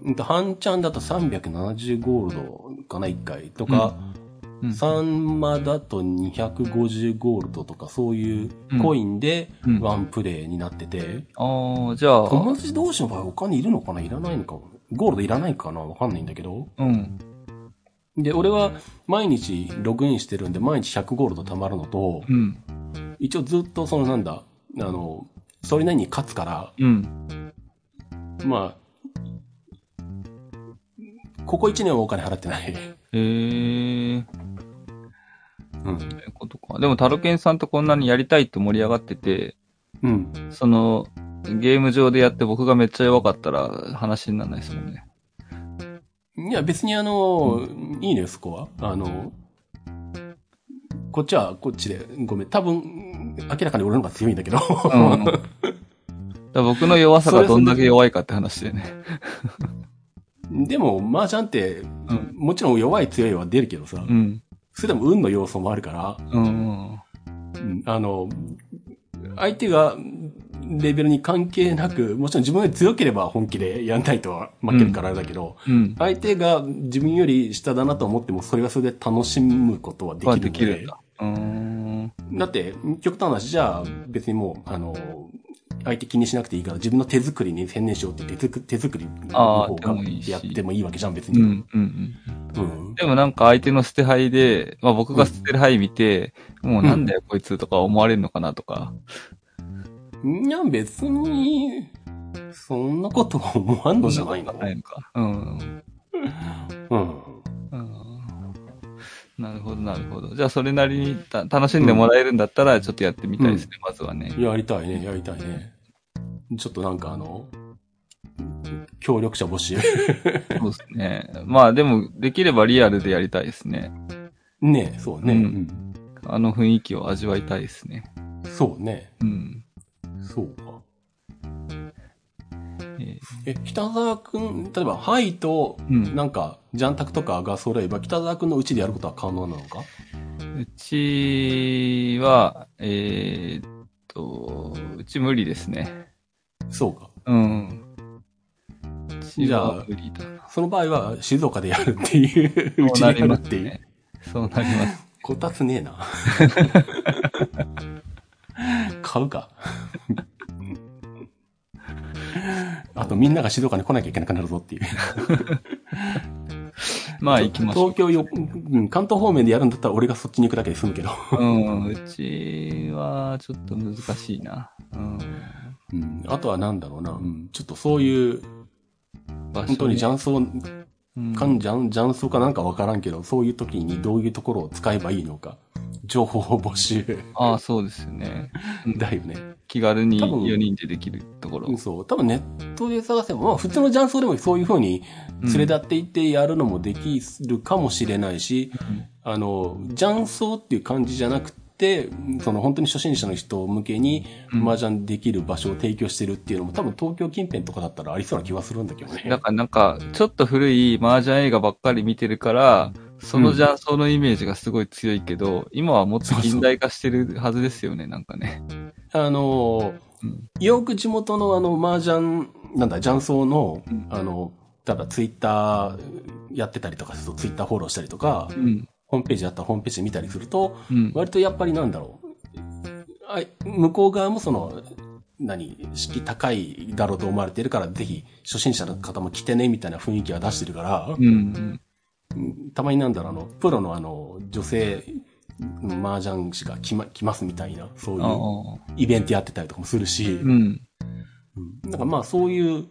[SPEAKER 2] うんと半チャンだと370ゴールドかな、1回とか、
[SPEAKER 1] うん
[SPEAKER 2] 三マだと250ゴールドとか、そういうコインで
[SPEAKER 1] うん
[SPEAKER 2] ワンプレイになってて、
[SPEAKER 1] ああ、じゃあ、
[SPEAKER 2] 友達同士の場合お金いるのかないらないのかゴールドいらないかなわかんないんだけど。
[SPEAKER 1] うん。
[SPEAKER 2] で、俺は毎日ログインしてるんで、毎日100ゴールド貯まるのと、
[SPEAKER 1] うん。
[SPEAKER 2] 一応ずっとそのなんだ、あの、それなりに勝つから、
[SPEAKER 1] うん。
[SPEAKER 2] まあ、ここ1年はお金払ってない。
[SPEAKER 1] へえー、
[SPEAKER 2] うん。
[SPEAKER 1] そういうことか。でも、タロケンさんとこんなにやりたいって盛り上がってて、
[SPEAKER 2] うん。
[SPEAKER 1] その、ゲーム上でやって僕がめっちゃ弱かったら話にならないですもんね。
[SPEAKER 2] いや、別にあの、いいね、そこは。あの、こっちはこっちで、ごめん。多分、明らかに俺の方が強いんだけ
[SPEAKER 1] *laughs*
[SPEAKER 2] ど。
[SPEAKER 1] うん。だから僕の弱さがどんだけ弱いかって話だよね。
[SPEAKER 2] *laughs* でも、麻雀って、
[SPEAKER 1] うん。
[SPEAKER 2] もちろん弱い強いは出るけどさ
[SPEAKER 1] う、ん。
[SPEAKER 2] それでも運の要素もあるから、
[SPEAKER 1] うん。
[SPEAKER 2] うんあの、相手がレベルに関係なく、もちろん自分より強ければ本気でやんないとは負けるからあれだけど、
[SPEAKER 1] うん。
[SPEAKER 2] 相手が自分より下だなと思っても、それはそれで楽しむことはできる
[SPEAKER 1] は
[SPEAKER 2] ので。
[SPEAKER 1] できるんだ。うーん。
[SPEAKER 2] だって、極端な話じゃあ、別にもう、あの、相手気にしなくていいから、自分の手作りに専念しようって手作、手作りの
[SPEAKER 1] あ
[SPEAKER 2] 方
[SPEAKER 1] ー
[SPEAKER 2] が
[SPEAKER 1] でもいいし
[SPEAKER 2] やってもいいわけじゃん、別
[SPEAKER 1] うん。う
[SPEAKER 2] に。
[SPEAKER 1] ん。うん。
[SPEAKER 2] うん
[SPEAKER 1] でもなんか相手の捨て牌で、まあ僕が捨てる牌見て、もうなんだよこいつとか思われるのかなとか。
[SPEAKER 2] いや、別に、そんなことは思わんのじゃないの
[SPEAKER 1] ないのか。うん。
[SPEAKER 2] う
[SPEAKER 1] う
[SPEAKER 2] ん。
[SPEAKER 1] んなるほど、なるほど。じゃあ、それなりにた楽しんでもらえるんだったら、ちょっとやってみたいですね、まずはね。
[SPEAKER 2] やりたいね、やりたいね。ちょっとなんかあの、協力者募集。 *laughs*
[SPEAKER 1] そうですね。まあ、でも、できればリアルでやりたいですね。
[SPEAKER 2] ねそうね、
[SPEAKER 1] う
[SPEAKER 2] うん
[SPEAKER 1] あの雰囲気を味わいたいですね。
[SPEAKER 2] そうね。
[SPEAKER 1] うん。
[SPEAKER 2] そうか。
[SPEAKER 1] えー
[SPEAKER 2] え、北沢くん、例えば、ハイと、
[SPEAKER 1] うん
[SPEAKER 2] なんか、ジャンタクとかが揃えば、北沢くんのうちでやることは可能なのか
[SPEAKER 1] うちは、えーっと、うち無理ですね。
[SPEAKER 2] そうか。
[SPEAKER 1] うん。うち
[SPEAKER 2] じゃ
[SPEAKER 1] は
[SPEAKER 2] あ
[SPEAKER 1] 無理だな。
[SPEAKER 2] その場合は、静岡でやるっていう、うちでやるっていう。
[SPEAKER 1] そうなり
[SPEAKER 2] *laughs*
[SPEAKER 1] ます。
[SPEAKER 2] こたつねえ *laughs* な。買うか。あとみんなが静岡に来なきゃいけなくなるぞっていう。
[SPEAKER 1] まあ行きましょう。
[SPEAKER 2] 東京よ、うん関東方面でやるんだったら俺がそっちに行くだけで済むけど。
[SPEAKER 1] うん、うちはちょっと難しいな。うん。
[SPEAKER 2] うん、あとはなんだろうな、うん、ちょっとそういう、
[SPEAKER 1] 場
[SPEAKER 2] 本当に雀荘、
[SPEAKER 1] うん
[SPEAKER 2] かん雀雀荘かなんかわからんけど、そういう時にどういうところを使えばいいのか。情報を募集。 *laughs*
[SPEAKER 1] ああ、そうですよね。
[SPEAKER 2] だよね。
[SPEAKER 1] 気軽に
[SPEAKER 2] 多分
[SPEAKER 1] 4人でできるところ。
[SPEAKER 2] そう。多分ネットで探せば、まあ普通の雀荘でもそういう風に連れ立って行ってやるのもできるかもしれないし、あの、雀荘っていう感じじゃなくて、その本当に初心者の人向けに
[SPEAKER 1] うん
[SPEAKER 2] 麻雀できる場所を提供してるっていうのも多分東京近辺とかだったらありそうな気はするんだけど
[SPEAKER 1] だ
[SPEAKER 2] ね。
[SPEAKER 1] からなんか、ちょっと古い麻雀映画ばっかり見てるから、そのじゃ、そのイメージがすごい強いけど、今はもっと近代化してるはずですよね、なんかね。
[SPEAKER 2] あの
[SPEAKER 1] うん、
[SPEAKER 2] よく地元のあの麻雀、なんだ、雀荘の
[SPEAKER 1] うん、
[SPEAKER 2] あの、例えばツイッターやってたりとかするとツイッターフォローしたりとか、
[SPEAKER 1] うん。
[SPEAKER 2] ホームページあったらホームページ見たりすると、
[SPEAKER 1] うん。
[SPEAKER 2] 割とやっぱりなんだろう。あ向こう側もその、何、敷居高いだろうと思われてるから、ぜひ初心者の方も来てね、みたいな雰囲気は出してるから、
[SPEAKER 1] うん。
[SPEAKER 2] たまになんだろう、あの、プロのあの、女性、麻雀師が来ま来ますみたいな、そう
[SPEAKER 1] あ
[SPEAKER 2] いう
[SPEAKER 1] あ。
[SPEAKER 2] イベントやってたりとかもするし、
[SPEAKER 1] うん。
[SPEAKER 2] うんなんかまあそういう、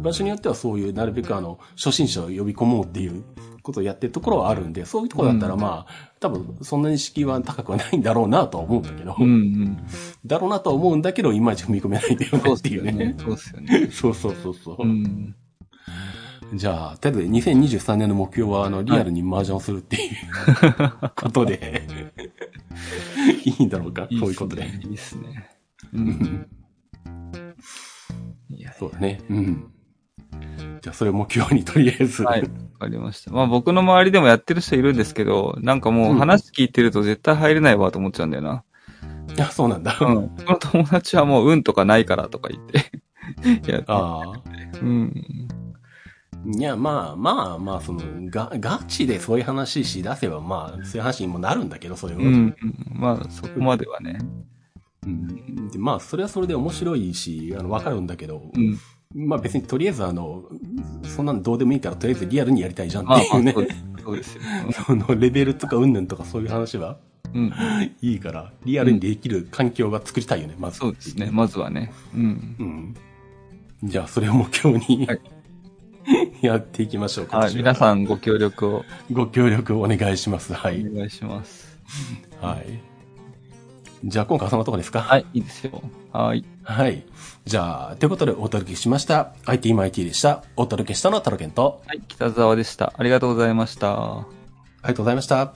[SPEAKER 2] 場所によってはそういう、なるべくあの、初心者を呼び込もうっていうことをやってるところはあるんで、そういうところだったらまあ、多分そんなに敷居は高くはないんだろうなとは思うんだけど、
[SPEAKER 1] うん。うん。
[SPEAKER 2] だろうなとは思うんだけど、いまいち踏み込めないんだよ
[SPEAKER 1] そ
[SPEAKER 2] ね
[SPEAKER 1] う
[SPEAKER 2] っ
[SPEAKER 1] ってす
[SPEAKER 2] い
[SPEAKER 1] よ
[SPEAKER 2] うね
[SPEAKER 1] ね。。そうっすよね。
[SPEAKER 2] そうそうそうそう、
[SPEAKER 1] うん。
[SPEAKER 2] じゃあ、とりあえず2023年の目標は、あの、リアルに麻雀をするって
[SPEAKER 1] *laughs*
[SPEAKER 2] いう、ことで、いいんだろうかそういうことで。
[SPEAKER 1] いいっす
[SPEAKER 2] *laughs*
[SPEAKER 1] ね。うん。いや、
[SPEAKER 2] そうだね。うん。じゃあ、それを目標にとりあえず。
[SPEAKER 1] はい。わかりました。まあ僕の周りでもやってる人いるんですけど、なんかもう話聞いてると絶対入れないわと思っちゃうんだよな。
[SPEAKER 2] *laughs* あ、そうなんだ。
[SPEAKER 1] う
[SPEAKER 2] あ
[SPEAKER 1] ん。この友達はもう運とかないからとか言って。い *laughs* や、
[SPEAKER 2] あ。
[SPEAKER 1] うん。
[SPEAKER 2] いや、まあまあまあ、その、が、ガチでそういう話し出せば、まあ、そういう話にもなるんだけど、それは。
[SPEAKER 1] うん。うんまあそこまではね。
[SPEAKER 2] うんでまあ、それはそれで面白いし、あの、わかるんだけど、
[SPEAKER 1] うん。
[SPEAKER 2] まあ別にとりあえずあの、そんなのどうでもいいからとりあえずリアルにやりたいじゃん
[SPEAKER 1] まあ
[SPEAKER 2] っ
[SPEAKER 1] まあ
[SPEAKER 2] ていうね。
[SPEAKER 1] そうですそうですよ。
[SPEAKER 2] そのレベルとかうんぬんとかそういう話は
[SPEAKER 1] うん。
[SPEAKER 2] いいから、リアルにできる環境が作りたいよね、まず。
[SPEAKER 1] そうですね。。まずはね。うん。
[SPEAKER 2] うん。じゃあそれを目標に、
[SPEAKER 1] はい
[SPEAKER 2] *laughs* やっていきましょう、
[SPEAKER 1] はい。皆さんご協力を
[SPEAKER 2] ん。ご協力をお願いします。は
[SPEAKER 1] お
[SPEAKER 2] い。
[SPEAKER 1] 願いします。
[SPEAKER 2] はい。じゃあ今回はそのとこですか
[SPEAKER 1] はい。いいですよ。はい。
[SPEAKER 2] はい。じゃあ、ということでお届けしました。IT マイティでした。お届けしたのはタロケンと、
[SPEAKER 1] はい。北沢でした。ありがとうございました。
[SPEAKER 2] ありがとうございました。